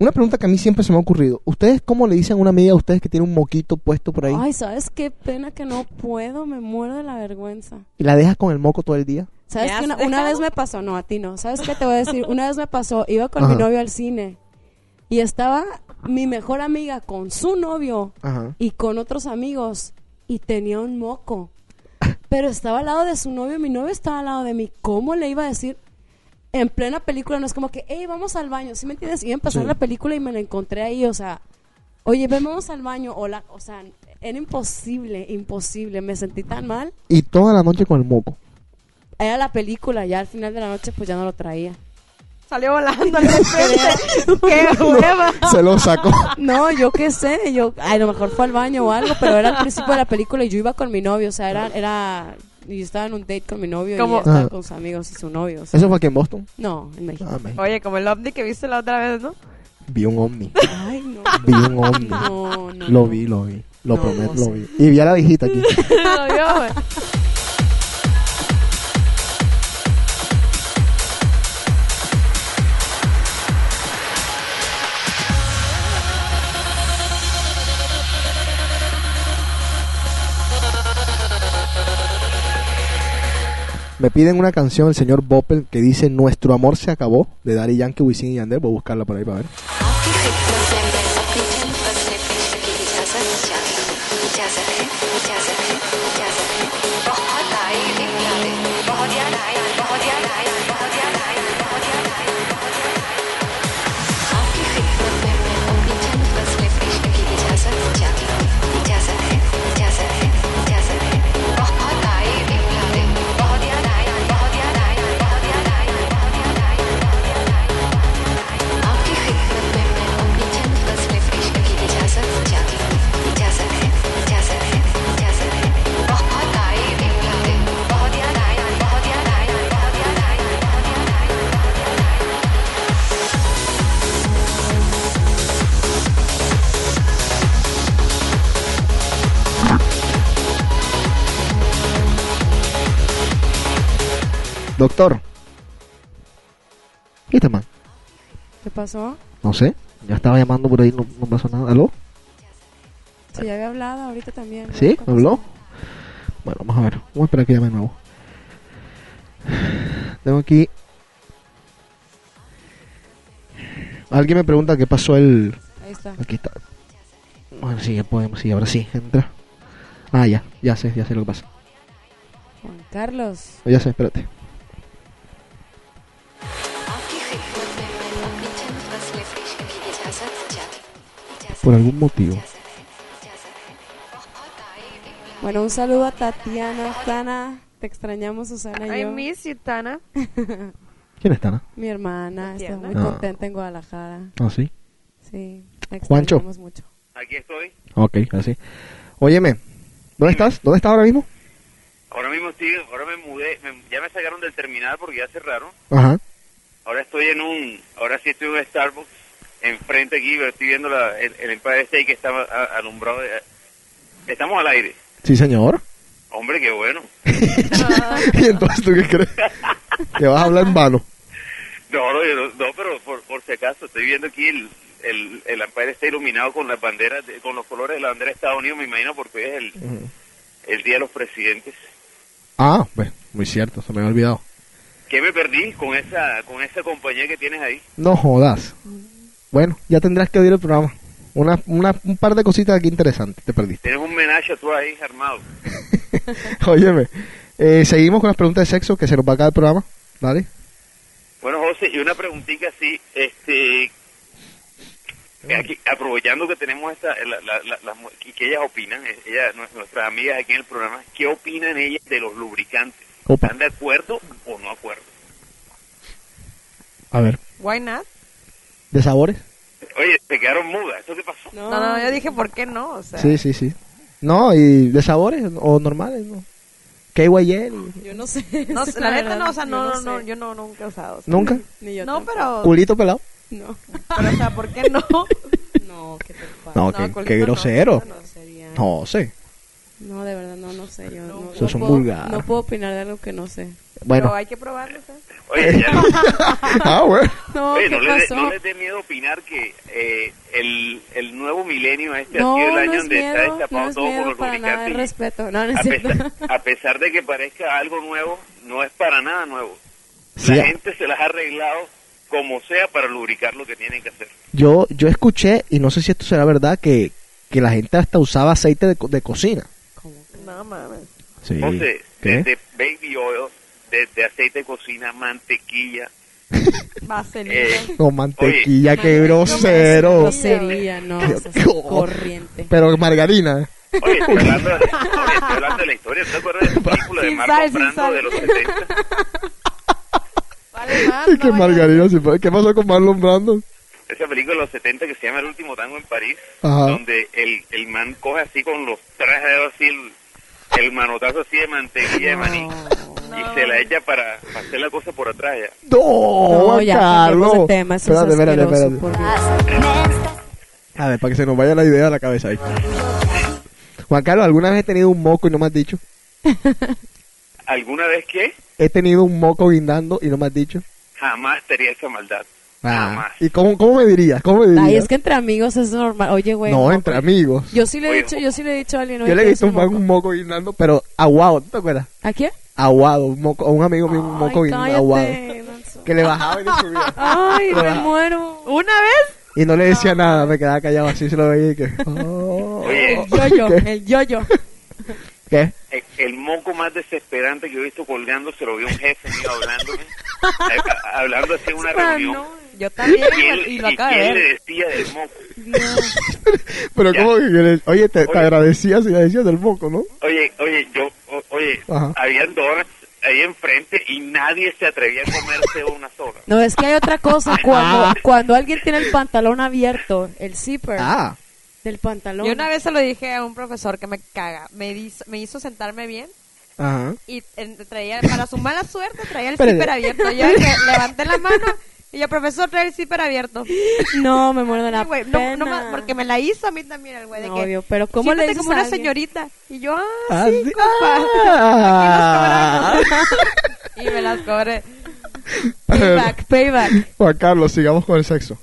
una pregunta que a mí siempre se me ha ocurrido, ¿ustedes cómo le dicen a una amiga a ustedes que tiene un moquito puesto por ahí
Ay, ¿sabes qué pena que no puedo? Me muero de la vergüenza.
y la dejas con el moco todo el día?
¿Sabes
¿Me
qué?
has
Una, una
dejado?
vez me pasó, no, a ti no. ¿Sabes qué te voy a decir? Una vez me pasó, iba con mi
Ajá.
novio al cine y estaba mi mejor amiga con su novio
Ajá.
y con otros amigos y tenía un moco. Pero estaba al lado de su novio y mi novio estaba al lado de mí. ¿Cómo le iba a decir? En plena película no es como que, hey, vamos al baño, ¿sí me entiendes? Iba a empezar
Sí.
la película y me la encontré ahí, o sea, oye, ven, vamos al baño, o, la- o sea, era imposible, imposible, me sentí tan mal.
Y toda la noche con el moco.
Era la película, ya al final de la noche pues ya no lo traía.
Salió volando al frente. ¡Qué hueva!
Se lo sacó.
No, yo qué sé, yo ay, a lo mejor fue al baño o algo, pero era al principio de la película y yo iba con mi novio, o sea, era, era, yo estaba en un date con mi novio y
¿Cómo?
ella estaba
Ah.
con sus amigos y su novio. o sea,
¿Eso fue aquí en Boston?
No, en México.
Ah, me-
Oye, como el ovni que viste la otra vez, ¿no?
Vi un ovni.
Ay, no.
Vi un ovni.
No, no.
Ah. Lo
no.
vi, lo vi. Lo
No,
prometo,
no
lo vi. Y vi a la viejita aquí.
Lo vio, güey.
Me piden una canción del señor Boppel que dice Nuestro amor se acabó de Daddy Yankee, Wisin y Yandel. Voy a buscarla por ahí para ver. Doctor. ¿Qué man?
¿Qué pasó?
No sé. Ya estaba llamando por ahí, no, no pasó nada. ¿Aló?
Sí, ya había hablado ahorita también. ¿no?
¿Sí?
¿Cómo
¿Habló? Bueno, vamos a ver. Vamos a esperar que llame de nuevo. Tengo aquí. Alguien me pregunta qué pasó el.
está? Ahí está.
Aquí está. Bueno, sí, ya podemos. Sí, ahora sí, entra. Ah, ya, ya sé, ya sé lo que pasa.
Juan Carlos.
Oh, Ya sé, espérate. Por algún motivo.
Bueno, un saludo a Tatiana, Tana. Te extrañamos, Susana y
I
yo.
miss you, Tana.
¿Quién está, no?
Mi hermana está muy
Ah.
contenta en Guadalajara.
Ah, sí.
Sí, la
Juancho.
extrañamos mucho.
Aquí estoy.
Ok, así. Óyeme, ¿dónde estás? ¿Dónde estás ahora mismo?
Ahora mismo sí, ahora me mudé, me- ya me sacaron del terminal porque ya cerraron.
Ajá.
Ahora estoy en un, ahora sí estoy en un Starbucks enfrente aquí, pero estoy viendo la, el, el Empire State que está a- alumbrado. de- estamos al aire.
Sí, señor.
Hombre, qué bueno.
¿Y entonces tú qué crees? Te vas a hablar en vano.
No, no, yo no- no, pero por, por si acaso, estoy viendo aquí el, el, el Empire está iluminado con las banderas, de- con los colores de la bandera de Estados Unidos, me imagino, porque es el, el Día de los Presidentes.
Ah, pues, muy cierto, se me había olvidado.
¿Qué me perdí con esa con esa compañía que tienes ahí?
No jodas. Bueno, ya tendrás que oír el programa. Una, una, un par de cositas aquí interesantes, te perdiste.
Tienes un menaje tú ahí armado.
Óyeme, eh, seguimos con las preguntas de sexo que se nos va a acabar el programa, ¿vale?
Bueno, José, y una preguntita así, este, aquí, aprovechando que tenemos esta, eh, la- la- la- las mu- y que ellas opinan, eh, ellas, nue- nuestras amigas aquí en el programa, ¿qué opinan ellas de los lubricantes?
Opa.
¿Están de acuerdo o no acuerdo?
A ver.
Why not?
¿De sabores?
Oye, se quedaron mudas, ¿eso qué pasó?
No, no, yo dije, ¿por qué no? O sea,
Sí, sí, sí. No, y de sabores o normales, ¿no? KYL,
Yo no sé.
no,
Sí,
la neta no, o sea,
yo
no, no, no,
sé.
yo no, nunca he usado. o sea.
¿nunca?
Ni yo
No,
tampoco.
pero,
¿Culito pelado?
No.
pero, o sea, ¿por qué no?
No, qué te pasa.
No,
No,
que,
culito
que
no,
grosero.
no,
No, sería-
No sé.
No, de verdad, no, no sé. Yo Mm. no,
Eso es un
no puedo-
vulgar.
No puedo opinar de algo que no sé.
Bueno.
Pero hay que probarlo, o sea.
Oye, ya no,
ah, bueno.
No,
oye,
¿qué
no les dé
pasó?
no les dé miedo opinar que eh, el, el nuevo milenio este ha
No,
sido el
no
año
es
donde está
miedo,
destapado
no es
todo por
miedo
los
para nada, es
lubricantes. y-
respeto. No, no es
a
cierto.
pesar, a pesar de que parezca algo nuevo, no es para nada nuevo.
Sí. ah,
La gente se las ha arreglado como sea para lubricar lo que tienen que hacer.
Yo, yo escuché, y no sé si esto será verdad, que, que la gente hasta usaba aceite de, co- de cocina.
No mames.
Sí.
Entonces,
¿Qué?
este,
desde baby oil, desde aceite de cocina, mantequilla.
Vaselina.
Eh,
Con mantequilla, qué grosero.
Grosería, no.
Qué-
eso es
qué-
corriente.
Pero margarina.
oye, estoy hablando, de la historia, estoy hablando de la historia. ¿Te acuerdas del película de
Sin
Marco
sal, sin
Brando
sal.
de los 70?
Vale,
Ah,
más,
Y que
no vayas-
margarina se fue. ¿Qué pasó con Marlon Brando?
Esa película de los 70 que se llama El último tango en París,
Ajá.
donde el, el man coge así con los tres dedos así el, el manotazo así de mantequilla de maní. Y se la echa para, para hacer la cosa por atrás ya.
No,
No, ya,
Carlos.
cambiemos de tema, eso es
espérate, espérate,
asqueroso,
espérate.
por Dios.
A ver, para que se nos vaya la idea de la cabeza ahí. Juan Carlos, ¿alguna vez he tenido un moco y no me has dicho?
¿Alguna vez qué?
He tenido un moco guindando y no me has dicho.
Jamás tenía esa maldad.
Ah.
Jamás.
¿Y cómo, cómo me dirías? ¿Cómo me dirías?
Ay, es que entre amigos es normal. Oye, güey.
no,
no,
entre
güey.
amigos.
Yo sí le he
Oye,
dicho, yo sí le he dicho a alguien.
Yo
oye,
le he
¿quieres
visto un,
moco?
moco? un moco guindando, pero aguado, ¿tú te acuerdas?
¿A quién?
Aguado, un moco, a un amigo mío, un moco
Ay,
guindando, aguado.
cállate, Manso.
Que le bajaba y le subía.
Ay, me
Ajá.
muero.
¿Una vez?
Y no le decía nada, me quedaba callado así, se lo veía y que... oh.
Oye,
Yo-yo,
¿Qué?
el yo-yo.
¿Qué?
el, el moco más desesperante que yo he visto colgando se lo vi a un jefe mío hablándome. a- a- hablando así en una
Ah,
reunión.
no. Yo también, pues,
Y él,
y lo
y-
acabo
y
de
él le
ver.
decía del moco.
Pero
Ya.
como que... le- Oye, te, te
Oye.
agradecías y le decías del moco, ¿no?
Oye, oye, yo, o- oye,
Ajá.
habían donas ahí enfrente y nadie se atrevía a comerse una sola.
No, es que hay otra cosa. Cuando, cuando alguien tiene el pantalón abierto, el zipper
Ah,
del pantalón.
Yo una vez se lo dije a un profesor que me caga. Me hizo, me hizo sentarme bien
ajá.
y en- traía, para su mala suerte, traía el
Espérate.
zipper abierto. Yo dije, levanté la mano y yo, profesor, trae el zipper abierto.
No, me muero de la
Sí, güey,
pena.
no, no ma- porque me la hizo a mí también el güey. de
No,
que,
obvio, pero ¿cómo le
siéntate
dices
como
a
una
alguien?
señorita. Y yo, ah,
Ah,
sí,
sí.
compa.
Ah.
Aquí nos cobramos. y me las cobré.
A ver,
Payback, payback.
Juan Carlos, sigamos con el sexo.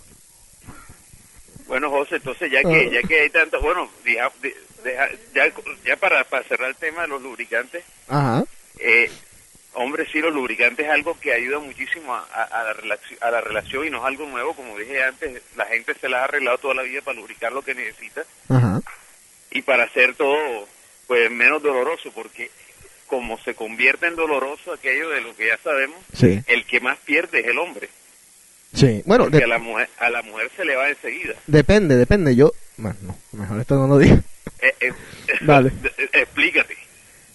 Bueno, José, entonces ya que, ya que hay tanto, bueno, deja- de- deja- ya, ya para, para cerrar el tema de los lubricantes,
Ajá.
Eh, hombre, sí, los lubricantes es algo que ayuda muchísimo a, a- a la relaci- a la relación y no es algo nuevo. Como dije antes, la gente se las ha arreglado toda la vida para lubricar lo que necesita
Ajá.
y para hacer todo pues menos doloroso, porque como se convierte en doloroso aquello de lo que ya sabemos,
Sí.
el que más pierde es el hombre,
Sí. Bueno,
porque
de-
a la mujer, a la mujer se le va enseguida.
depende, depende. Yo. Bueno, no, mejor esto no lo digo.
Eh, eh,
Dale.
Explícate.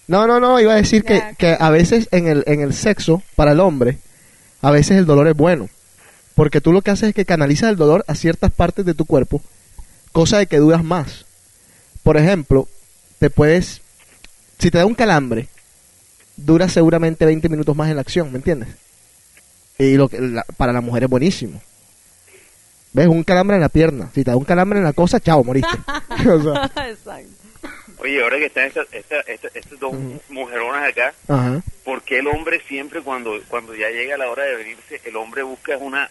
No, no, no, iba a decir que,
Ya.
que a veces en el, en el sexo, para el hombre, a veces el dolor es bueno. Porque tú lo que haces es que canalizas el dolor a ciertas partes de tu cuerpo, cosa de que duras más. Por ejemplo, te puedes. Si te da un calambre, dura seguramente 20 minutos más en la acción, ¿me entiendes? Y lo que, la- para la mujer es buenísimo. ¿Ves? Un calambre en la pierna. Si te da un calambre en la cosa, chao, moriste. O sea,
Exacto.
Oye, ahora que están estas esta, esta- estas dos mujeronas acá,
Ajá.
¿por qué el hombre siempre cuando, cuando ya llega la hora de venirse, el hombre busca una,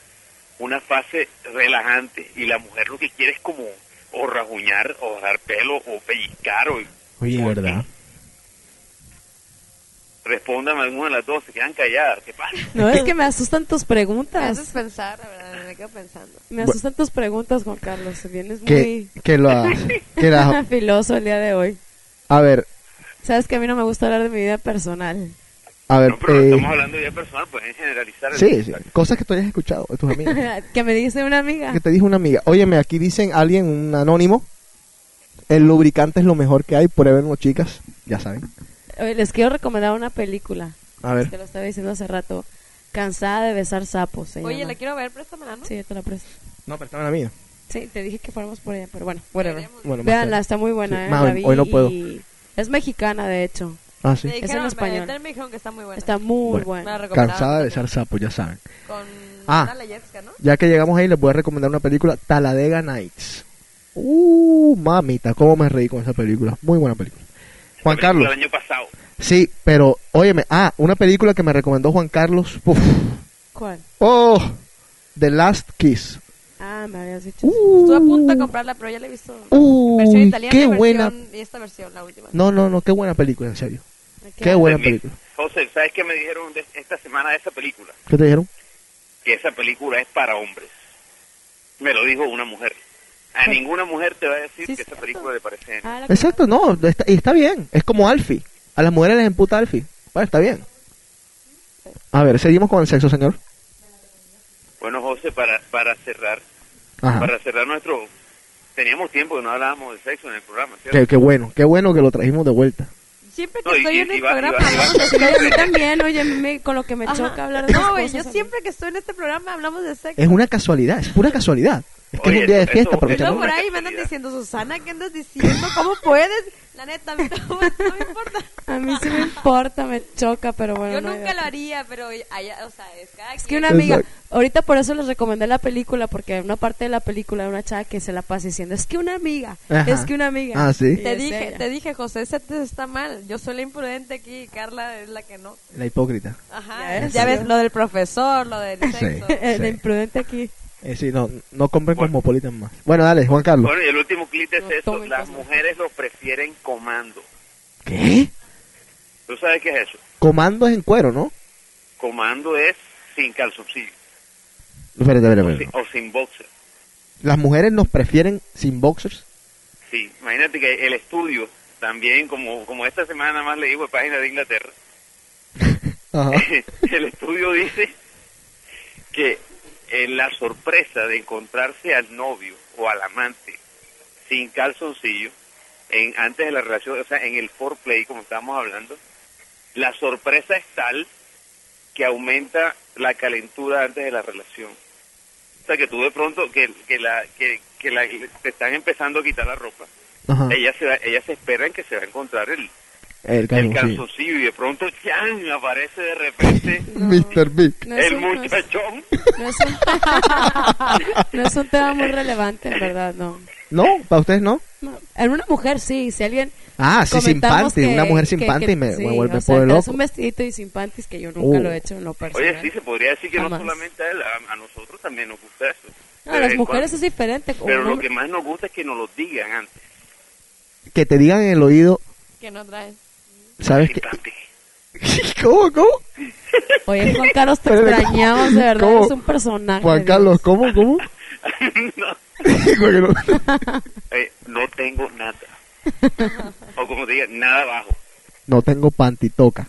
una fase relajante y la mujer lo que quiere es como o rajuñar, o dar pelo, o pellizcar, o
Oye, ¿verdad?
respóndame alguna de las dos, se quedan calladas, ¿qué pasa?
No, es que me asustan tus
Me haces
preguntas.
pensar, la verdad, me quedo pensando.
Me asustan tus preguntas, Juan Carlos. Vienes
Que,
muy
que la, que la-
filoso el día de hoy.
a ver,
Sabes que a mí no me gusta hablar de mi vida personal.
a ver,
No, pero no
eh,
estamos hablando ya personal, pueden generalizar. el-
sí, sí, cosas que tú hayas escuchado de tus amigos.
que me dice una amiga.
que te dijo una amiga. Óyeme, aquí dicen alguien, un anónimo. El lubricante es lo mejor que hay, pruébenlo, chicas. Ya saben.
Oye, les quiero recomendar una película.
A
Te
ver.
lo estaba diciendo hace rato. Cansada de besar sapos. se
Oye,
llama.
la quiero ver, préstamela, ¿no?
Sí, yo te la presto.
No, pero estaba la mía.
Sí, te dije que fuéramos por ella, pero bueno, whatever.
Bueno, más
Veanla,
tarde.
está muy buena.
Sí,
eh,
más
la
hoy-
vi
hoy no puedo.
y- Es mexicana, de hecho.
Ah,
Me
sí.
en
dijeron,
español.
Me, me dijeron que está muy buena.
Está muy
Bueno.
Me la
buena.
recomendaron
Cansada de
también.
besar sapos, ya saben.
Con
Ah.
Ana Leyevska, ¿no?
Ya que llegamos ahí, les voy a recomendar una película, Taladega Nights. Uh, mamita, cómo me reí con esa película. Muy buena película. Juan
Película
Carlos.
del año pasado.
Sí, pero, óyeme, ah, una película que me recomendó Juan Carlos. Uf.
¿Cuál?
Oh, The Last Kiss.
Ah, me habías dicho.
Estuve
Uh,
a punto de comprarla, pero ya la he visto. versión
uy,
italiana
qué
y versión-
buena.
Y esta versión, la última.
No, no, no, qué buena película, en serio.
Aquí.
Qué buena
Mira,
película.
José, ¿sabes qué me dijeron de esta semana de esa película?
¿Qué te dijeron?
Que esa película es para hombres. Me lo dijo una mujer. A ninguna mujer te va a decir
Sí,
que esa
cierto.
película le parece...
Ah, la
Exacto, no, está, y está bien. Es como Alfie. A las mujeres les emputa Alfie. Bueno, está bien. A ver, seguimos con el sexo, señor.
Bueno, José, para, para cerrar,
Ajá.
para cerrar nuestro... Teníamos tiempo que no hablábamos de sexo en el programa, ¿cierto?
Qué, qué bueno, qué bueno que lo trajimos de vuelta.
Siempre que
No, y-
estoy
y-
en
y
el
va- y va-
programa,
y va-
hablamos de
Sí,
sexo.
a mí también, oye, me- con lo que me
Ajá.
choca hablar de esas
No, güey, yo
cosas,
siempre que estoy en este programa hablamos de sexo.
Es una casualidad, es pura casualidad. Es que
Oye,
es un día de
eso-
fiesta,
eso-
Y
aprovechamos.
no,
luego por
una
ahí me andan
casualidad.
diciendo, Susana, ¿qué andas diciendo? ¿Cómo puedes? La neta, a mí no, no me importa.
A mí sí me importa, me choca, pero bueno.
Yo
no,
nunca
yo-
lo haría, pero allá, o sea, es cada
Es que
quien.
una amiga,
Exacto.
ahorita por eso les recomendé la película, porque hay una parte de la película de una chava que se la pasa diciendo, es que una amiga,
Ajá.
es que una amiga.
Ah, sí.
Y
Te
es
dije,
ella.
te dije, José, ese test está mal. Yo soy la imprudente aquí y Carla es la que no.
La hipócrita.
Ajá.
Ya
Ya,
ves.
ves lo del profesor, lo del sexo.
El
Sí.
imprudente aquí.
Eh, sí, no, no compren
Bueno.
Cosmopolitan más. Bueno, dale, Juan Carlos.
Bueno, y el último clip es
No,
eso.
tomen
Las
cosas.
mujeres lo prefieren comando.
¿Qué?
¿Tú sabes qué es eso?
Comando es en cuero, ¿no?
Comando es sin calzoncillo
Espérate, espérate,
o
espérate.
sin- o sin boxer.
Las mujeres nos prefieren sin boxers.
Sí, imagínate que el estudio también, como, como esta semana nada más leí por página de Inglaterra,
Ajá.
el estudio dice que eh, la sorpresa de encontrarse al novio o al amante sin calzoncillo, en, antes de la relación, o sea, en el foreplay, como estábamos hablando, la sorpresa es tal que aumenta la calentura antes de la relación. O sea, que tú de pronto, que, que, la, que, que la- te están empezando a quitar la ropa.
Ajá.
Ella se, va- ella se espera en que se va a encontrar el,
El
el
calzoncillo.
calzoncillo y de pronto, ¡chan! aparece de repente
Mr. Big.
No es
el
un- no es-
muchachón.
no es un- no es un tema muy relevante, en verdad, no.
No, para ustedes no.
No, En una mujer sí, si alguien...
Ah, sí, sin
comentamos
panty,
que-
una mujer sin
que-
panty
que-
me- me vuelve
o sea,
pobre
que es
loco.
un vestidito y sin panties que yo nunca
Uh.
lo he hecho en lo personal.
Oye, sí, se podría decir que
Jamás.
no solamente a él, a, a nosotros también nos gusta eso. De
No, a
vez
las
en
mujeres es
cuando.
diferente. como
Pero
un
lo
hombre-
que más nos gusta es que nos lo digan antes.
Que te digan en el oído,
Que no traes.
¿sabes
Sin
qué?
panty.
¿Cómo, cómo?
Oye, Juan Carlos, te
Espérate.
extrañamos, de verdad,
¿Cómo?
eres un personaje.
Juan
Dios.
Carlos, ¿cómo, cómo?
no,
Porque no-
eh, no tengo nada. o como te diga, nada bajo.
no tengo panty, toca.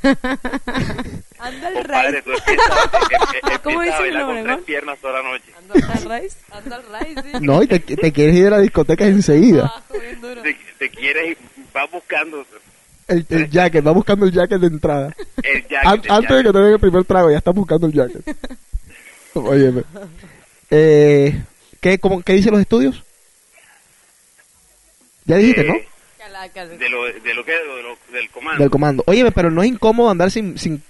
Anda el
Compadre,
raíz.
tú empiezas, em- em-
¿Cómo
empiezas a
dice
bailar
el
con
Obregón?
tres piernas toda la noche.
Anda el raíz. Anda el raíz, sí.
No, y te, te quieres ir de la discoteca enseguida.
Abajo, bien duro.
Te, te quieres y vas buscando
El, el jacket, va buscando el jacket de entrada.
el jacket.
An-
el
antes de que te den el primer trago, ya estás buscando el jacket. Óyeme. Eh, ¿qué, cómo, ¿Qué dicen los estudios? Ya dijiste,
jacket.
¿no?
Eh,
Calaca.
De lo, de lo que de lo- del comando.
Del comando. Óyeme, pero no es incómodo andar sin, sin,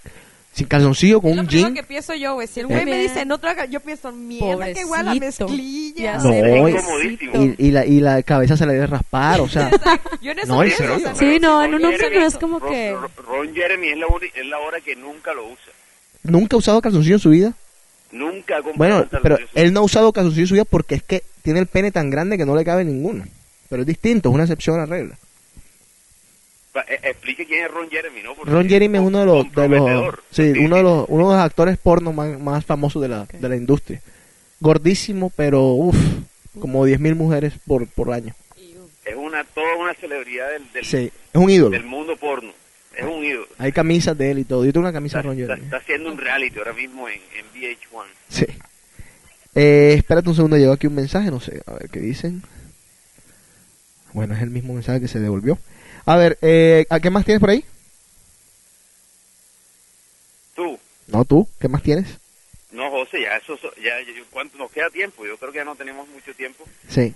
sin calzoncillo, con
Lo
un Eh.
primero
jean.
que pienso yo, güey. Si el güey me
Bien.
dice, no traga, yo pienso, mierda, que igual la
Pobrecito.
mezclilla.
Ya
No,
sé,
y-
pobrecito.
Y, y la, y la cabeza se la debe raspar, o sea.
Yo en eso
No, en
pienso,
serio.
o sea,
Sí, no, en
Ron
un once no
Jeremy-
es como
Ron-
que...
Ron- Ron Jeremy es la, uni- es la hora que nunca lo usa.
¿Nunca ha usado calzoncillo en su vida?
Nunca ha comprado
Bueno,
un calzoncillo
pero
sucio.
él no ha usado calzoncillo en su vida porque es que tiene el pene tan grande que no le cabe ninguno. Pero es distinto, es una excepción a la regla.
Pa- eh, Explique quién es Ron Jeremy, ¿no? Porque
Ron Jeremy es uno de los, de los,
comprometedor.
sí, uno de los, uno de los actores porno más, más famosos de la, de la industria. Gordísimo, pero uff, como 10.000 mujeres por, por año.
Es una, toda una celebridad del, del,
Sí, es un ídolo.
del mundo porno. Es un ídolo.
Hay camisas de él y todo. Yo tengo una camisa de
Está,
Ron
está-
Jeremy.
está haciendo un reality ahora mismo en, en VH1.
Sí. Eh, espérate un segundo, llegó aquí un mensaje, no sé, a ver qué dicen. Bueno, es el mismo mensaje que se devolvió. A ver, eh, ¿a qué más tienes por ahí?
Tú,
No, tú, ¿qué más tienes?
no, José, ya eso, so- ya, ya- ¿cuánto nos queda tiempo? Yo creo que ya no tenemos mucho tiempo.
Sí.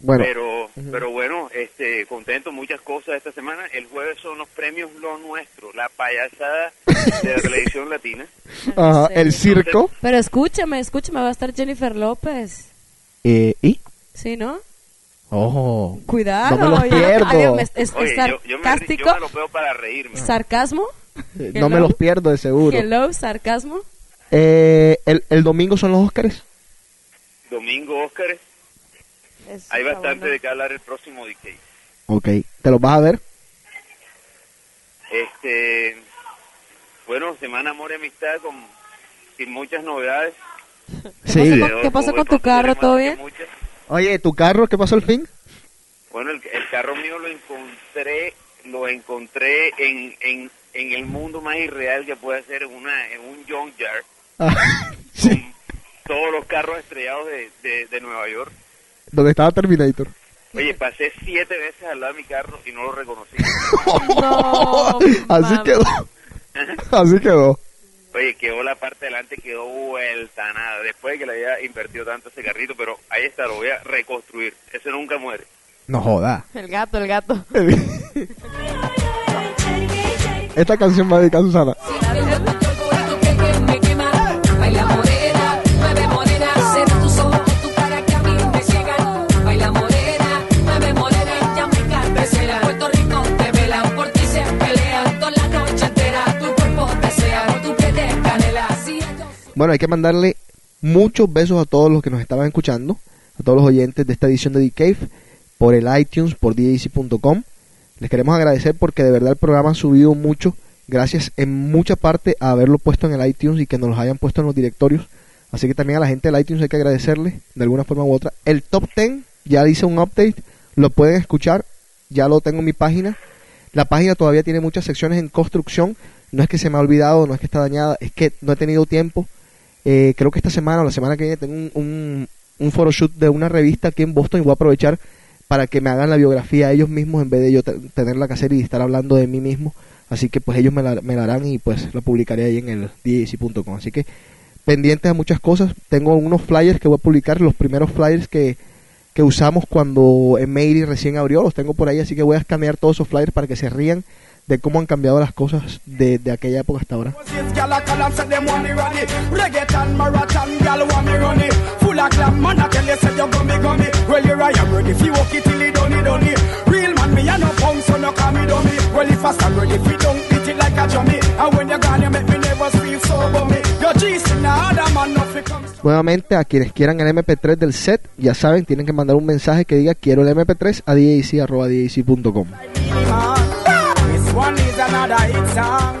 Bueno,
pero,
Ujú.
pero bueno, este, contento, muchas cosas esta semana. El jueves son los premios Lo Nuestro, la payasada de la televisión latina.
ajá,
sé.
el circo.
Pero escúchame, escúchame, va a estar Jennifer López.
Eh, ¿Y?
¿Sí, no?
Ojo.
Cuidado.
No me los
ya-
pierdo.
Ay, Dios, me- es, es
Oye, yo, yo, me, ri-
sarcástico.
yo me lo veo para reírme.
¿Sarcasmo?
Eh,
Hello.
No me los pierdo de seguro.
Hello, sarcasmo.
Eh, el, el domingo son los Óscares.
Domingo, Óscar,
Eso
hay
está
bastante
bueno.
de qué hablar el próximo DK.
Ok. ¿Te los vas a ver?
Este, bueno, semana amor y amistad con, sin muchas novedades.
Sí.
¿Qué pasó- qué pasó con tu carro? ¿Todo bien?
Muchas.
Oye, ¿tu carro qué pasó al fin?
Bueno, el, el carro mío lo encontré, lo encontré en, en, en el mundo más irreal que puede ser en, una, en un junkyard.
sí.
con todos los carros estrellados de, de, de Nueva York.
Donde estaba Terminator.
Oye, pasé siete veces al lado de mi carro y no lo reconocí.
No,
Así
mami.
quedó. Así quedó.
Oye, quedó la parte delante, quedó vuelta, nada. Después de que le había invertido tanto ese carrito, pero ahí está, lo voy a reconstruir. Ese nunca muere.
No joda.
El gato, el gato.
Esta canción va dedicada a Susana.
Ah.
Bueno, hay que mandarle muchos besos a todos los que nos estaban escuchando, a todos los oyentes de esta edición de The Cave, por el iTunes, por DJC.com. Les queremos agradecer porque de verdad el programa ha subido mucho, gracias en mucha parte a haberlo puesto en el iTunes y que nos los hayan puesto en los directorios. Así que también a la gente del iTunes hay que agradecerle de alguna forma u otra. El top 10 ya dice un update, lo pueden escuchar, ya lo tengo en mi página. La página todavía tiene muchas secciones en construcción. No es que se me ha olvidado, no es que está dañada, es que no he tenido tiempo. Eh, creo que esta semana o la semana que viene tengo un, un, un photoshoot de una revista aquí en Boston y voy a aprovechar para que me hagan la biografía ellos mismos en vez de yo te- tenerla que hacer y estar hablando de mí mismo. Así que pues ellos me la, me la harán y pues la publicaré ahí en el djc.com. Así que pendientes a muchas cosas. Tengo unos flyers que voy a publicar, los primeros flyers que, que usamos cuando Emery recién abrió, los tengo por ahí, así que voy a escanear todos esos flyers para que se rían de cómo han cambiado las cosas de, de aquella época hasta ahora.
Since gal a call and say them want me run it Reggaeton, marathon, gal want me run it Full of clap, man I tell you say you gummy gummy Well here I am ready, if you walk it till it done it done it Real man me and no pound so no call me dummy Well if I stand ready, if you don't beat it like a chummy And when you gone you make me nervous feel so bummy Your G's in the other man nothing comes
Nuevamente, a quienes quieran el MP3 del set, ya saben, tienen que mandar un mensaje que diga quiero el MP3 a djc.com.
This one is another hit song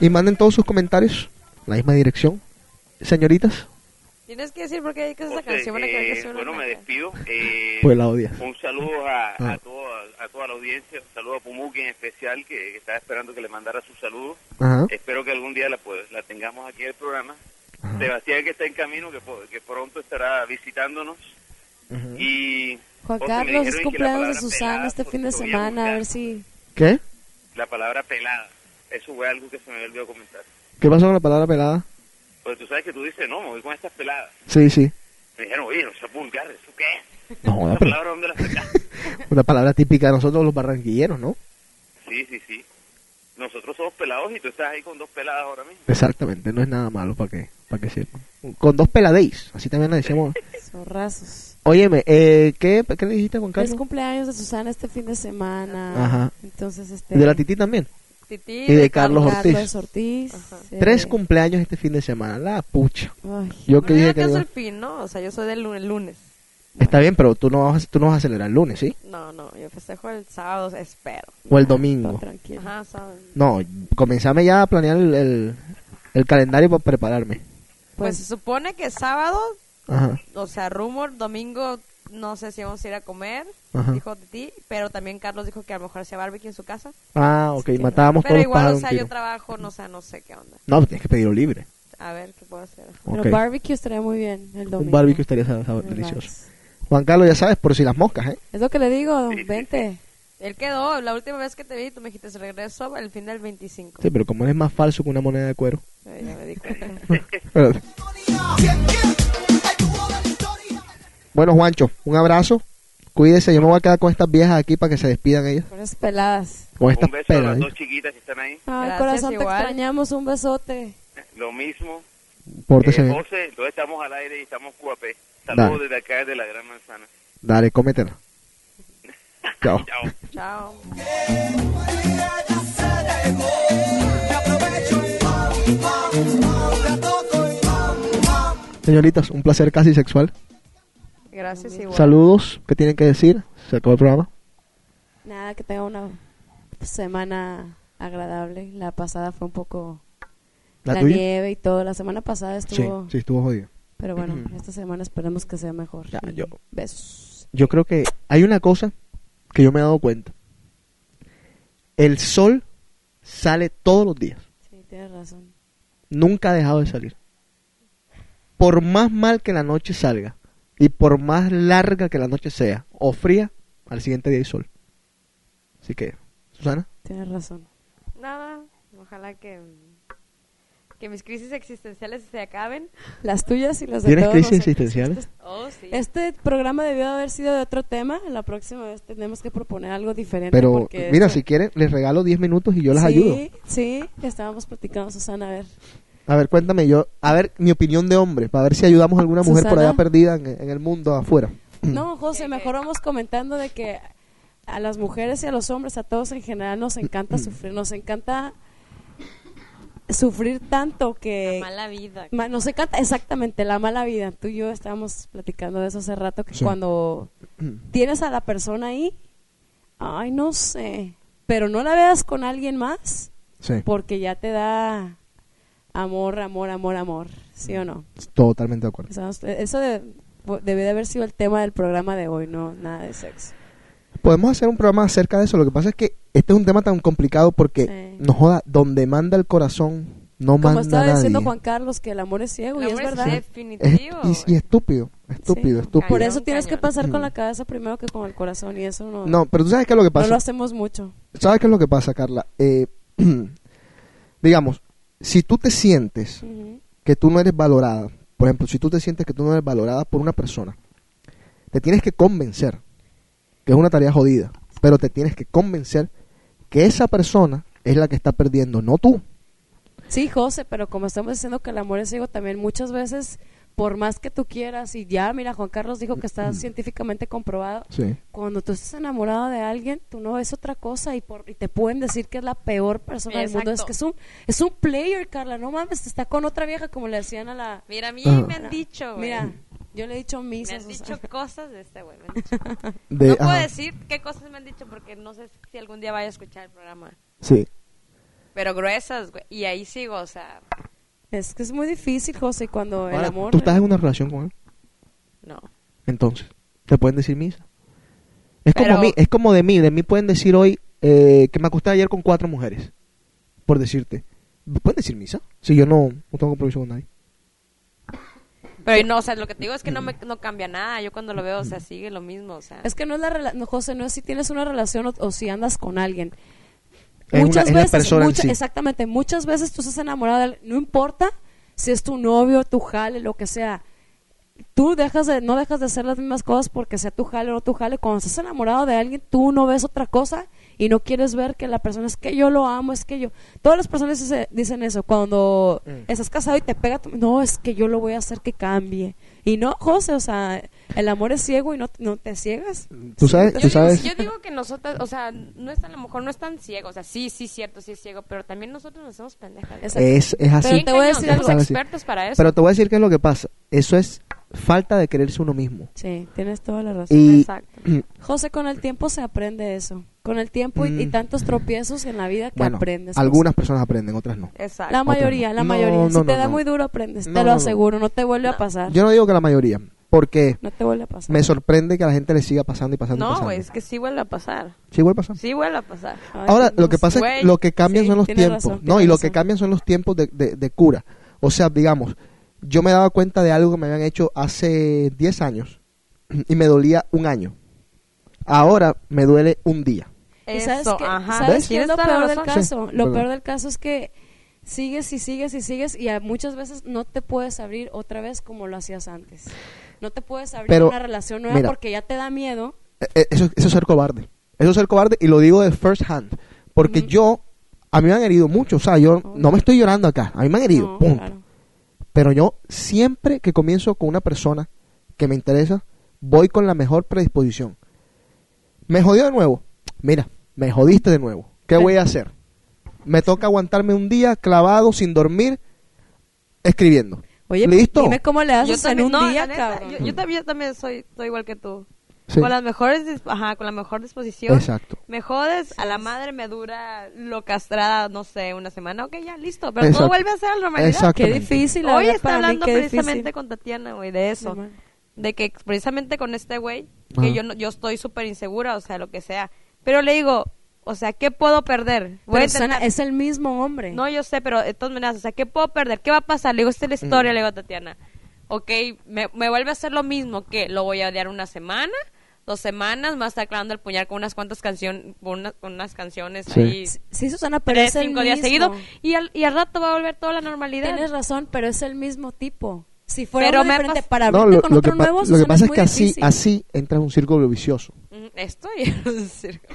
Y manden todos sus comentarios, la misma dirección. Señoritas,
Tienes que decir por qué dedicas esa
José,
canción. Van a creer que
eh,
soy una
bueno, me
naca.
despido. Eh,
pues la odias.
Un saludo a,
Ah.
a, toda, a toda la audiencia, un saludo a Pumuki en especial, que, que estaba esperando que le mandara su saludo.
Ajá.
Espero que algún día la, pues, la tengamos aquí en el programa.
Ajá.
Sebastián, que está en camino, que, po- que pronto estará visitándonos. Y.
Juan
José, me
Carlos, es
dijeron que la
cumpleaños de
palabra
Susana
pelada,
este fin de
pues, lo voy
semana, a ver
buscar.
si...
¿Qué?
La palabra pelada. Eso fue algo que se me había olvidado comentar.
¿Qué pasó con la palabra pelada?
Porque tú sabes que tú dices, no, me voy con estas peladas.
Sí, sí.
Me dijeron, oye, no es vulgar, ¿eso qué es?
No, joda,
¿Esa
pero-
palabra dónde la sacas?
Una palabra típica de nosotros los barranquilleros, ¿no?
sí, sí, sí. nosotros somos pelados y tú estás ahí con dos peladas ahora mismo.
Exactamente, no es nada malo para que, para que sepan. Con dos peladeis, así también le decimos.
Zorrazos.
Óyeme, eh, ¿qué, ¿qué le dijiste a Juan
Es
Carlos?
cumpleaños de Susana este fin de semana.
Ajá.
Entonces, este.
¿Y de la Titi también?
Titi,
Y de Carlos
Carlos
Ortiz.
Pues,
Ortiz. eh,
Tres cumpleaños este fin de semana, la pucha.
ay,
Yo
Bueno,
que
yo
dije
no
que...
alcanzo
iba-
el fin, ¿no? O sea, yo soy del lu- el lunes.
Está bien, pero tú no, vas, tú no vas a celebrar el lunes, ¿sí?
No, no, yo festejo el sábado, espero.
O el
todo
domingo.
tranquilo.
Ajá, sábado.
No, comenzame ya a planear el, el- el calendario para prepararme.
Pues se supone que sábado,
Ajá.
o sea, rumor, domingo, no sé si vamos a ir a comer,
Ajá.
dijo Titi, pero también Carlos dijo que a lo mejor hacía barbecue en su casa.
Ah, ok, matábamos
Pero
todos los
igual,
pájaros de
o
un
sea,
tiro.
yo trabajo, no, o sea, no sé qué onda.
No, pues, tienes que pedirlo libre.
A ver, ¿qué puedo hacer?
Pero
Ok.
barbecue estaría muy bien el domingo.
Un barbecue estaría sab- sab-
Relax.
delicioso. Juan Carlos, ya sabes, por si las moscas, ¿eh?
Es lo que le digo,
sí, sí.
vente.
Él quedó, la última vez que te vi, tú me dijiste, regreso el fin del 25.
Sí, pero como él es más falso que una moneda de cuero.
Eh, ya me di cuenta.
Espérate. Bueno, Juancho, un abrazo. Cuídese, yo me voy a quedar con estas viejas aquí para que se despidan ellas.
Con esas peladas.
Con estas
Un beso a
pelas.
las
¿eh?
dos chiquitas que están ahí.
Ay,
Gracias,
corazón, te
igual.
extrañamos. Un besote.
Lo mismo.
Pórtese
Eh,
bien.
José, entonces estamos al aire y estamos cuapé. Saludos
Dale.
desde acá, de la Gran Manzana.
Dale, cómetela. Chao.
Chao.
Chao.
Señoritas, un placer casi sexual.
Gracias, igual.
Saludos, ¿qué tienen que decir? Se acabó el programa.
Nada, que tenga una semana agradable. La pasada fue un poco
¿La,
la,
tuya?
nieve y todo. La semana pasada
Sí,
estuvo.
sí, estuvo jodido.
Pero bueno,
Ujú.
esta semana esperemos que sea mejor.
Ya,
Y
yo-
Besos.
Yo creo que hay una cosa que yo me he dado cuenta. El sol sale todos los días.
Sí, tienes razón.
Nunca ha dejado de salir. Por más mal que la noche salga y por más larga que la noche sea o fría, al siguiente día hay sol. Así que, Susana,
Tienes razón.
Nada, ojalá que, que mis crisis existenciales se acaben.
Las tuyas y las de
¿tienes
todos.
crisis
nosotros.
existenciales?
Oh, sí.
Este programa debió haber sido de otro tema. La próxima vez tenemos que proponer algo diferente.
Pero
porque
mira,
esto-
si quieren, les regalo 10 minutos y yo las
sí,
ayudo.
Sí, estábamos platicando, Susana. A ver,
A ver, cuéntame yo, a ver mi opinión de hombre, para ver si ayudamos a alguna mujer por
Susana.
allá perdida en, en el mundo afuera.
no, José, mejor vamos comentando de que a las mujeres y a los hombres, a todos en general, nos
Mm.
encanta sufrir. Nos encanta sufrir tanto que.
Mala vida.
Ma- Nos encanta exactamente la mala vida. Tú y yo estábamos platicando de eso hace rato, que cuando tienes a la persona ahí, ay, no sé, pero no la veas con alguien más,
Sí,
porque ya te da amor, amor, amor, amor, ¿sí o no?
totalmente de acuerdo.
Estamos- Eso de- debe de haber sido el tema del programa de hoy, no nada de sexo.
Podemos hacer un programa acerca de eso, lo que pasa es que este es un tema tan complicado porque,
Sí.
no joda, donde manda el corazón, no
Como
manda
estaba
nadie.
diciendo Juan Carlos, que el amor es ciego,
El
y es
amor es
verdad.
Es-
definitivo.
y, y estúpido, estúpido,
Sí.
estúpido.
Por
Cañón,
eso tienes que
cañón.
pasar con la cabeza primero que con el corazón, y eso no,
Mm. No, pero tú sabes qué es lo que
no
pasa.
lo hacemos mucho.
¿Sabes qué es lo que pasa, Carla? Eh, digamos, si tú te sientes
Ujú.
que tú no eres valorada, por ejemplo, si tú te sientes que tú no eres valorada por una persona, te tienes que convencer, que es una tarea jodida, pero te tienes que convencer que esa persona es la que está perdiendo, no tú.
Sí, José, pero como estamos diciendo que el amor es ciego también, muchas veces, por más que tú quieras, y ya, mira, Juan Carlos dijo que está científicamente comprobado,
Mm. Sí.
cuando tú estás enamorado de alguien, tú no ves otra cosa y, por, y te pueden decir que es la peor persona del mundo. Es
Exacto.
que es un, es un player, Carla, no mames, está con otra vieja como le decían a la...
Mira, a mí
Ajá.
me han dicho, güey.
Ah. Mira, yo le he dicho
me
misas.
han
o sea.
dicho cosas de este güey. me han dicho.
De-
no puedo
ajá,
decir qué cosas me han dicho porque no sé si algún día vaya a escuchar el programa.
Sí.
Pero gruesas, güey. Y ahí sigo, o sea,
Es que es muy difícil, José, cuando el
Ahora,
amor...
tú estás en una relación con él,
no.
entonces, te pueden decir misa. Es como
Pero-
a mí, es como de mí, de mí pueden decir hoy eh, que me acosté ayer con cuatro mujeres, por decirte. ¿Pueden decir misa? Si yo no, no tengo compromiso con nadie.
Pero no, o sea, lo que te digo es que no, me, no cambia nada. Yo cuando lo veo, o sea, sigue lo mismo, o sea.
Es que no es la rela- no, José, no es si tienes una relación o, o si andas con alguien.
Es una- es la persona en
mucha-
sí.
exactamente, muchas veces tú estás enamorada, de al- no importa si es tu novio, tu jale, lo que sea. Tú dejas de, no dejas de hacer las mismas cosas porque sea tu jale o no tu jale. Cuando estás enamorado de alguien, tú no ves otra cosa y y no quieres ver que la persona es que yo lo amo, es que yo. Todas las personas se- dicen eso cuando
Mm.
estás casado y te pega. tu- No, es que yo lo voy a hacer que cambie. Y no, José, o sea, el amor es ciego y no, no te ciegas.
Tú sabes,
Yo
Eh, tú
digo,
sabes.
yo digo que nosotras, o sea, no es, a lo mejor no es tan ciego, o sea, sí, sí, cierto, sí es ciego, pero también nosotros nos hacemos pendejas.
Es-
Es, es así.
Pero te voy a decir
Cañón, somos
algo.
expertos para eso.
Pero te voy a decir qué es lo que pasa. Eso es falta de creerse uno mismo.
Sí, tienes toda la razón.
Y
Exacto.
José, con el tiempo se aprende eso. Con el tiempo y, y
Mm.
tantos tropiezos en la vida que
bueno,
aprendes. José.
algunas personas aprenden, otras no.
Exacto.
La mayoría, la
No,
mayoría. si
no,
te
no,
da
no.
muy duro, aprendes.
No,
te
no,
lo
no.
aseguro, no te vuelve a pasar.
Yo no digo que la mayoría, porque
No te vuelve a pasar.
me sorprende que a la gente le siga pasando y pasando. y
No,
pasando.
güey, es que sí vuelve a pasar.
Sí, vuelve a pasar.
Sí vuelve a pasar.
Ay,
Ahora,
no
lo que
sé.
pasa es
Güey,
que lo que cambian
sí,
son los
tienes
tiempos.
razón,
no, y
tienes
lo que
razón.
cambian son los tiempos de, de- de cura. O sea, digamos, yo me daba cuenta de algo que me habían hecho hace 10 años y me dolía un año. Ahora me duele un día.
¿Y
Eso,
sabes qué,
ajá.
¿sabes
¿Ves?
qué es
Tienes
lo
toda la
peor del
razón.
caso?
Sí,
lo
verdad.
peor del caso es que sigues y sigues y sigues y a- muchas veces no te puedes abrir otra vez como lo hacías antes. No te puedes abrir
Pero,
una relación nueva
mira.
porque ya te da miedo.
Eh, eh, Eso, eso es ser cobarde. Eso es ser cobarde y lo digo de first hand. Porque yo, a mí me han herido mucho. O sea, yo no me estoy llorando acá. A mí me han herido,
No,
punto.
claro.
Pero yo siempre que comienzo con una persona que me interesa, voy con la mejor predisposición. Me jodió de nuevo. Mira, me jodiste de nuevo. ¿Qué voy a hacer? Me toca aguantarme un día clavado, sin dormir, escribiendo.
Oye,
¿Listo?
dime cómo le haces en un
no,
día,
la neta,
cabrón.
yo, yo también, yo también soy, soy igual que tú.
Sí.
Con las mejores, dis- ajá, con la mejor disposición.
Exacto.
Me jodes, a la madre me dura lo castrada, no sé, una semana, ok, ya, listo. Pero
Exacto.
todo vuelve a ser a la normalidad.
Exacto.
Qué difícil. la
Hoy
verdad,
está
para mí,
hablando
qué
precisamente
difícil.
con Tatiana, güey, de eso.
No, man.
de que precisamente con este güey,
Ajá.
que yo, no- yo estoy súper insegura, o sea, lo que sea. Pero le digo, o sea, ¿qué puedo perder? Voy a
Pero, este. Susana,
intentar-
es el mismo hombre.
No, yo sé, pero de todas maneras, o sea, ¿qué puedo perder? ¿Qué va a pasar? Le digo, esta es la
Mm.
historia, le digo a Tatiana. Ok, me, me vuelve a hacer lo mismo, que lo voy a odiar una semana, dos semanas, más estar clavando el puñal con unas cuantas canciones, con unas, con unas canciones
Sí.
ahí,
sí, Susana, pero
tres,
es el
cinco días
mismo.
seguidos, y al, y al rato va a volver toda la normalidad.
Tienes razón, pero es el mismo tipo. Si fuera
Pero
uno
me ha
diferente
pas-
para
No,
abrirte
lo,
con
lo que,
otro
pa-
nuevo,
lo que
Susana,
pasa es
muy
que así,
difícil.
así entra en un círculo vicioso.
Mm, Estoy en un circo.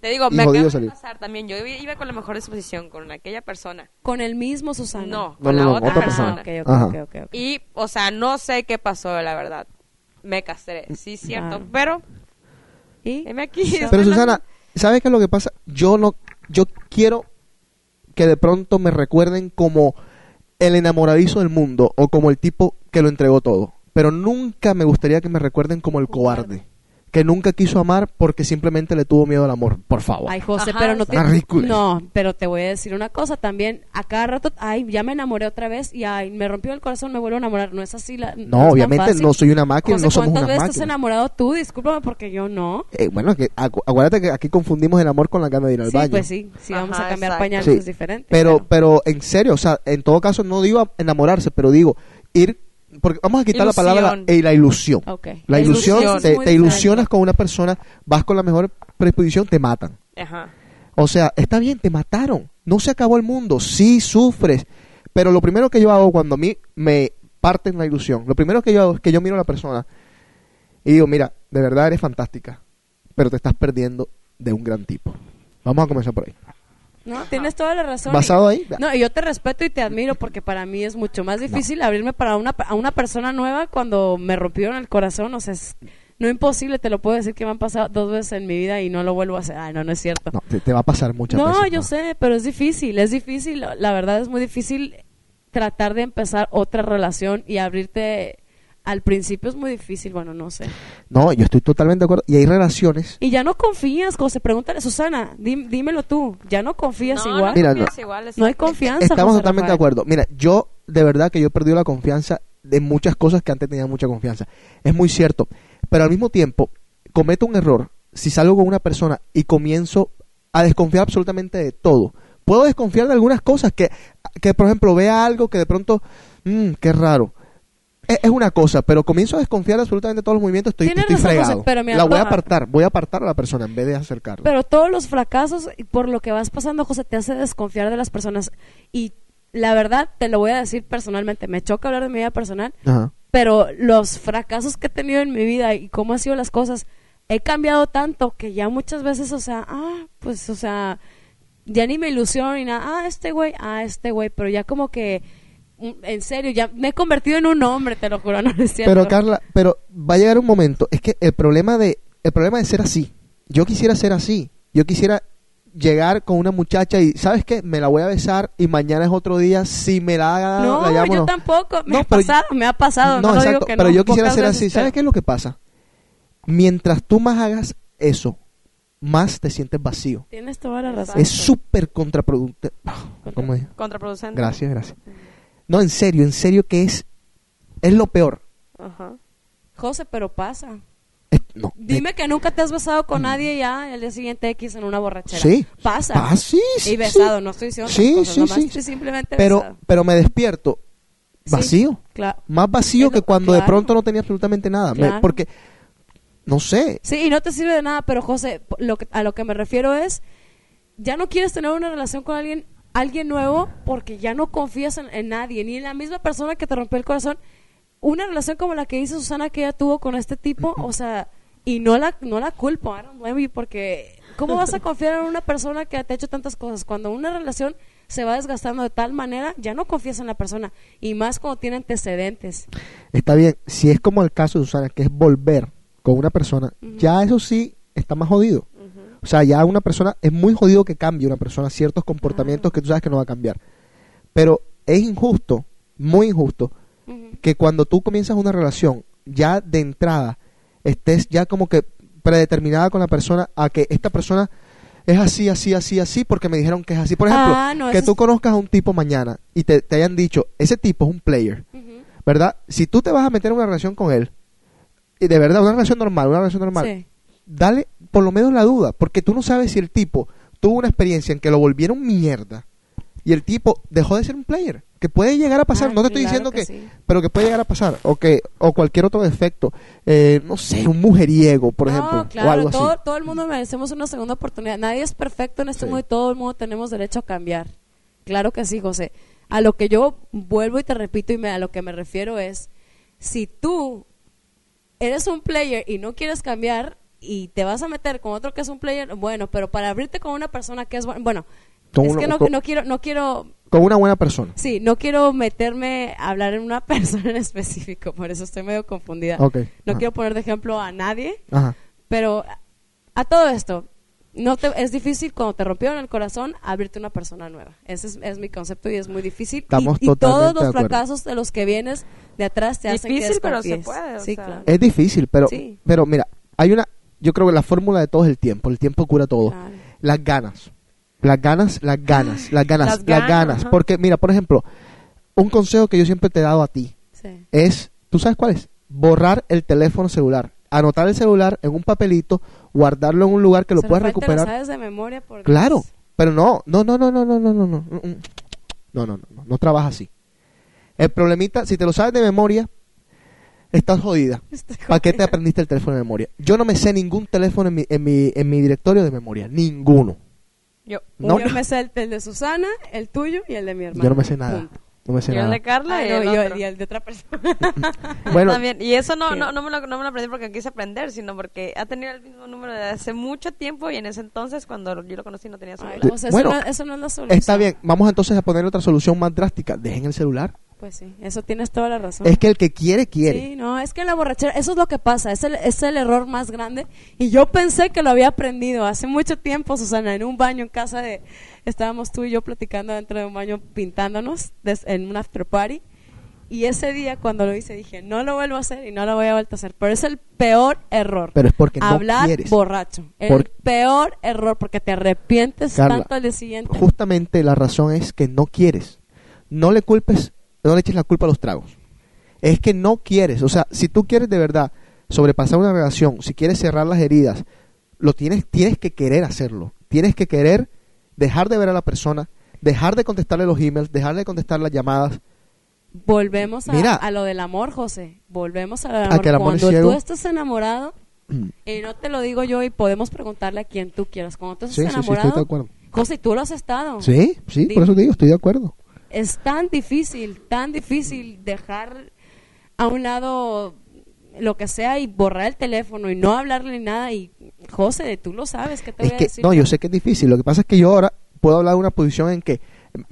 Te digo,
Y
me
jodido
acaba de
salir.
pasar también. Yo iba con la mejor disposición con aquella persona.
Con el mismo Susana.
No,
No,
con
no,
la
no,
otra,
otra
persona.
persona.
Ah, ok, ok,
Ajá.
ok, ok, ok.
Y, o sea, no sé qué pasó, la verdad. Me castré, sí,
Ah.
cierto.
Claro.
Pero,
¿Y?
heme aquí.
Pero
estoy
Susana, ¿sabes qué es lo que pasa? Yo no, yo quiero que de pronto me recuerden como el enamoradizo del mundo o como el tipo que lo entregó todo. Pero nunca me gustaría que me recuerden como el cobarde, que nunca quiso amar porque simplemente le tuvo miedo al amor. Por favor.
Ay, José,
Ajá,
pero no
sí.
te...
Ah, ridículo.
No, pero te voy a decir una cosa también. A cada rato, ay, ya me enamoré otra vez y ay, me rompió el corazón, me vuelvo a enamorar. No es así la...
No, obviamente no soy una máquina, no somos
¿cuántas
una
veces te has
máquina.
enamorado tú? Discúlpame porque yo no.
Eh, bueno, que acu- acuérdate que aquí confundimos el amor con la gana de ir al
Sí,
baño.
pues sí. Sí, vamos
Ajá,
a cambiar
exacto.
pañales,
Sí,
es diferente.
Pero, pero en serio, o sea, en todo caso no digo enamorarse, pero digo ir, porque vamos a quitar la palabra
Ilusión.
la, eh, la ilusión.
Ok.
La ilusión,
Ilusión.
te,
Es muy
te ilusionas
diferente.
con una persona, vas con la mejor predisposición, te matan.
Ajá.
O sea, está bien, te mataron, no se acabó el mundo, sí sufres, pero lo primero que yo hago cuando a mí me parten la ilusión, lo primero que yo hago es que yo miro a la persona y digo, mira, de verdad eres fantástica, pero te estás perdiendo de un gran tipo. Vamos a comenzar por ahí.
No, tienes toda la razón.
Basado ahí.
No, y yo te respeto y te admiro porque para mí es mucho más difícil abrirme para una, a una persona nueva cuando me rompieron el corazón. O sea, es no imposible, te lo puedo decir que me han pasado dos veces en mi vida y no lo vuelvo a hacer. Ay, no, no es cierto.
No, te, te va a pasar muchas
No,
veces.
yo sé, pero es difícil, es difícil. La verdad es muy difícil tratar de empezar otra relación y abrirte al principio es muy difícil, bueno, no sé.
No, yo estoy totalmente de acuerdo. Y hay relaciones.
Y ya no confías, José, pregúntale, Susana, dim- dímelo tú, ya no confías
No,
igual.
No,
Mira,
confías
no.
igual,
No hay
exacto.
confianza.
Estamos
José
totalmente de
Rafael.
acuerdo. Mira, yo de verdad que yo he perdido la confianza de muchas cosas que antes tenía mucha confianza. Es muy cierto. Pero al mismo tiempo, cometo un error si salgo con una persona y comienzo a desconfiar absolutamente de todo. Puedo desconfiar de algunas cosas que, que por ejemplo, vea algo que de pronto, mmm, qué raro. E, Es, es una cosa, pero comienzo a desconfiar absolutamente de todos los movimientos. Estoy,
Tienes
estoy
razón, José,
fregado.
pero mira,
la voy a
ajá.
apartar, voy a apartar a la persona en vez de acercarla.
Pero todos los fracasos y por lo que vas pasando, José, te hace desconfiar de las personas. Y la verdad, te lo voy a decir personalmente, me choca hablar de mi vida personal,
Ajá.
pero los fracasos que he tenido en mi vida y cómo han sido las cosas he cambiado tanto que ya muchas veces, o sea, ah, pues, o sea, ya ni me ilusiono ni nada, ah, este güey, ah, este güey, pero ya como que, mm, en serio, ya me he convertido en un hombre, te lo juro, no es cierto.
Pero Carla, pero va a llegar un momento. Es que el problema de el problema de ser así. Yo quisiera ser así. Yo quisiera llegar con una muchacha y sabes qué, me la voy a besar y mañana es otro día si me la haga
no,
la llamo,
yo
no.
tampoco, me
No,
ha
pero-
pasado, me ha pasado, no,
No,
lo digo
exacto,
que
pero
no,
yo quisiera
pocas
ser
veces,
así. ¿Sabes
pero-
qué es lo que pasa? Mientras tú más hagas eso, más te sientes vacío.
Tienes toda la razón.
Es súper contraproducente. ¿Cómo es?
Contraproducente.
Gracias, gracias. No, en serio, en serio que es es lo peor.
Ajá.
José, pero pasa.
Es- no.
Dime que nunca te has besado con nadie ya el día siguiente X en una borrachera.
Sí.
Pasa.
Ah, sí, sí,
Y besado,
sí.
no estoy diciendo
Sí,
otras cosas,
sí,
nomás
sí.
estoy simplemente
Pero
besado.
pero me despierto
Sí,
vacío.
claro.
Más vacío
Es
que
lo-
cuando de
claro.
pronto no tenía absolutamente nada. Me-
Claro.
porque, no sé.
Sí, y no te sirve de nada, pero José, po- lo que- a lo que me refiero es, ya no quieres tener una relación con alguien, alguien nuevo porque ya no confías en, en nadie, ni en la misma persona que te rompió el corazón. Una relación como la que hizo Susana que ella tuvo con este tipo, o sea, y no la, no la culpo, I don't blame you, porque ¿cómo vas a confiar en una persona que te ha hecho tantas cosas? Cuando una relación se va desgastando de tal manera, ya no confías en la persona, y más cuando tiene antecedentes.
Está bien, si es como el caso de Susana, que es volver con una persona, ya eso sí está más jodido. O sea, ya una persona, es muy jodido que cambie una persona ciertos comportamientos que tú sabes que no va a cambiar. Pero es injusto, muy injusto, que cuando tú comienzas una relación, ya de entrada, estés ya como que predeterminada con la persona a que esta persona es así, así, así, así, porque me dijeron que es así. Por ejemplo,
Ah, no,
que
eso
tú
es-
conozcas a un tipo mañana y te, te hayan dicho, ese tipo es un player, ¿verdad? Si tú te vas a meter en una relación con él, y de verdad, una relación normal, una relación normal,
Sí.
dale por lo menos la duda, porque tú no sabes si el tipo tuvo una experiencia en que lo volvieron mierda y el tipo dejó de ser un player, que puede llegar a pasar,
Ah,
no te estoy
claro
diciendo
que
que,
sí.
pero que puede llegar a pasar, o que o cualquier otro defecto, eh, no sé, un mujeriego, por
no,
ejemplo,
claro,
o algo
todo,
así.
todo el mundo merecemos una segunda oportunidad. Nadie es perfecto en este
Sí.
mundo y todo el mundo tenemos derecho a cambiar. Claro que sí, José. A lo que yo vuelvo y te repito y me, a lo que me refiero es, si tú eres un player y no quieres cambiar y te vas a meter con otro que es un player, bueno, pero para abrirte con una persona que es bu- bueno,
Con
es
una-
que no,
con-
no quiero, no quiero,
Con una buena persona.
sí, no quiero meterme a hablar en una persona en específico, por eso estoy medio confundida.
Ok.
No
Ah.
quiero poner de ejemplo a nadie,
Ajá.
pero a- a todo esto, no te, es difícil cuando te rompieron el corazón abrirte una persona nueva. Ese es, es mi concepto y es muy difícil. Y-
Estamos
y, todos
totalmente de
los
acuerdo.
fracasos de los que vienes de atrás te hacen
Difícil,
que
pero se
desconfíes.
puede, o
Sí,
sea.
claro.
Es difícil, pero
Sí.
pero mira, hay una yo creo que la fórmula de todo es el tiempo, el tiempo cura todo.
Claro.
Las ganas. Las ganas, las ganas, las ganas,
Las
las ganas,
ganas, ajá.
porque mira, por ejemplo, un consejo que yo siempre te he dado a ti
Sí.
es, ¿tú sabes cuál es? Borrar el teléfono celular, anotar el celular en un papelito, guardarlo en un lugar que lo
O sea,
puedas
Rafael, te lo
recuperar.
sabes de memoria por Dios.
Claro, pero no, no, no, no, no, no, no, no, no, no, no, no, no, no, no trabaja así. El problemita, si te lo sabes de memoria, estás jodida.
Estoy
¿Para qué te aprendiste el teléfono de memoria? Yo no me sé ningún teléfono en mi, en mi, en mi directorio de memoria, ninguno.
Yo.
No,
yo me sé el, el de Susana, el tuyo y el de mi hermano.
yo no me sé nada.
Punto.
No me sé
Yo el
nada.
de Carla
Ah,
y
no,
el
yo
otro.
y el de otra persona.
Bueno,
También, y eso no,
que-
no, no, me lo, no me lo aprendí porque quise aprender, sino porque ha tenido el mismo número de hace mucho tiempo y en ese entonces cuando yo lo conocí no tenía
Ay,
celular.
De-
o sea,
bueno,
Pues eso, no, eso no es la solución.
está bien. Vamos entonces a poner otra solución más drástica. Dejen el celular.
Pues sí, eso tienes toda la razón.
Es que el que quiere, quiere.
Sí, no, es que en la borrachera, eso es lo que pasa, es el, es el error más grande. Y yo pensé que lo había aprendido hace mucho tiempo, Susana, en un baño en casa de. Estábamos tú y yo platicando dentro de un baño, pintándonos des- en un after party. Y ese día, cuando lo hice, dije, no lo vuelvo a hacer y no lo voy a volver a hacer. Pero es el peor error.
Pero es porque no
Hablar
quieres.
borracho. El
Por-
peor error, porque te arrepientes
Carla,
tanto al día siguiente.
Justamente la razón es que no quieres. No le culpes, no le eches la culpa a los tragos. Es que no quieres. O sea, si tú quieres de verdad sobrepasar una relación, si quieres cerrar las heridas, lo tienes, tienes que querer hacerlo. Tienes que querer dejar de ver a la persona, dejar de contestarle los emails, dejar de contestar las llamadas.
Volvemos a,
Mira.
a lo del amor, José. Volvemos a lo del
A
amor.
que el amor es
Cuando
ciego.
tú estás enamorado, y no te lo digo yo, y podemos preguntarle a quien tú quieras. Cuando tú estás
Sí, sí, sí,
enamorado,
estoy de acuerdo.
José, tú lo has estado.
Sí, sí, por eso te digo, estoy de acuerdo.
Es tan difícil, tan difícil dejar a un lado lo que sea y borrar el teléfono y no hablarle ni nada y José, tú lo sabes, ¿qué te
Es
voy a
que,
decir?
no, yo sé que es difícil. Lo que pasa es que yo ahora puedo hablar de una posición en que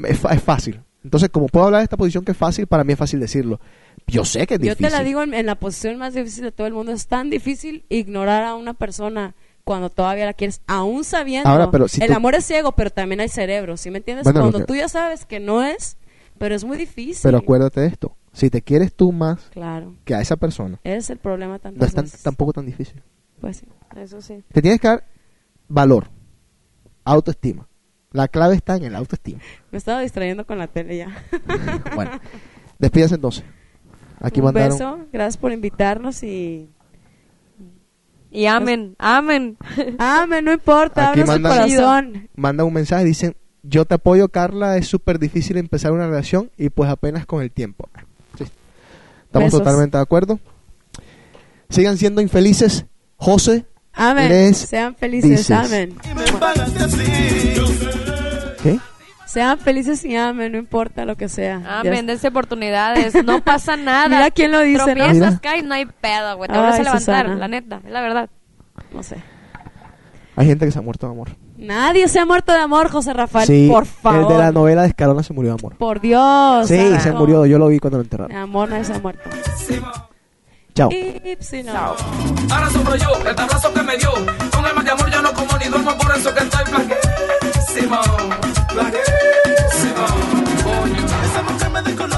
es, fa- es fácil. Entonces, como puedo hablar de esta posición que es fácil, para mí es fácil decirlo. Yo sé que es
Yo
difícil.
te la digo en, en la posición más difícil de todo el mundo. Es tan difícil ignorar a una persona cuando todavía la quieres, aún sabiendo.
Ahora, pero si
el
tú-
amor es ciego, pero también hay cerebro, ¿sí me entiendes?
Bueno, lo
cuando
que-
tú ya sabes que no es, pero es muy difícil.
Pero acuérdate de esto. Si te quieres tú más
Claro,
que a esa persona,
es el problema tantas
no es tan-
veces.
tampoco tan difícil.
Pues sí.
Eso sí.
Te tienes que dar valor, autoestima. La clave está en el autoestima.
Me estaba distrayendo con la tele ya.
Bueno, despídase entonces. Aquí
Un
mandaron.
beso, gracias por invitarnos y...
Y amen, amen.
Ah, me no importa,
Aquí
abra su
mandan-
corazón.
Manda un mensaje, dicen, yo te apoyo Carla, es súper difícil empezar una relación y pues apenas con el tiempo. Sí. Estamos
Besos.
totalmente de acuerdo. Sigan siendo infelices, José.
Amén.
Les
Sean felices,
dices.
amén.
¿Qué?
Sean felices y amen, no importa lo que sea. Ya
Amen, dense oportunidades. No pasa nada.
Mira quién lo dice, ¿no?
Tropiezas,
Mira.
caes, no hay pedo, güey. Te vuelves
Ay,
a levantar,
Susana.
la neta. Es la verdad.
No sé.
Hay gente que se ha muerto de amor.
Nadie se ha muerto de amor, José Rafael.
sí,
por favor.
El de la novela de Escalona se murió de amor.
Por Dios.
sí,
Sara.
se murió, yo lo vi cuando lo enterraron.
De amor nadie se ha muerto.
Chao.
Ipsino.
Ahora sobro yo, el tablazo que me dio. Con alma de amor yo no como ni duermo, por eso que estoy blaquísimo. Blaquísimo. Coño.
Esa noche me desconecté.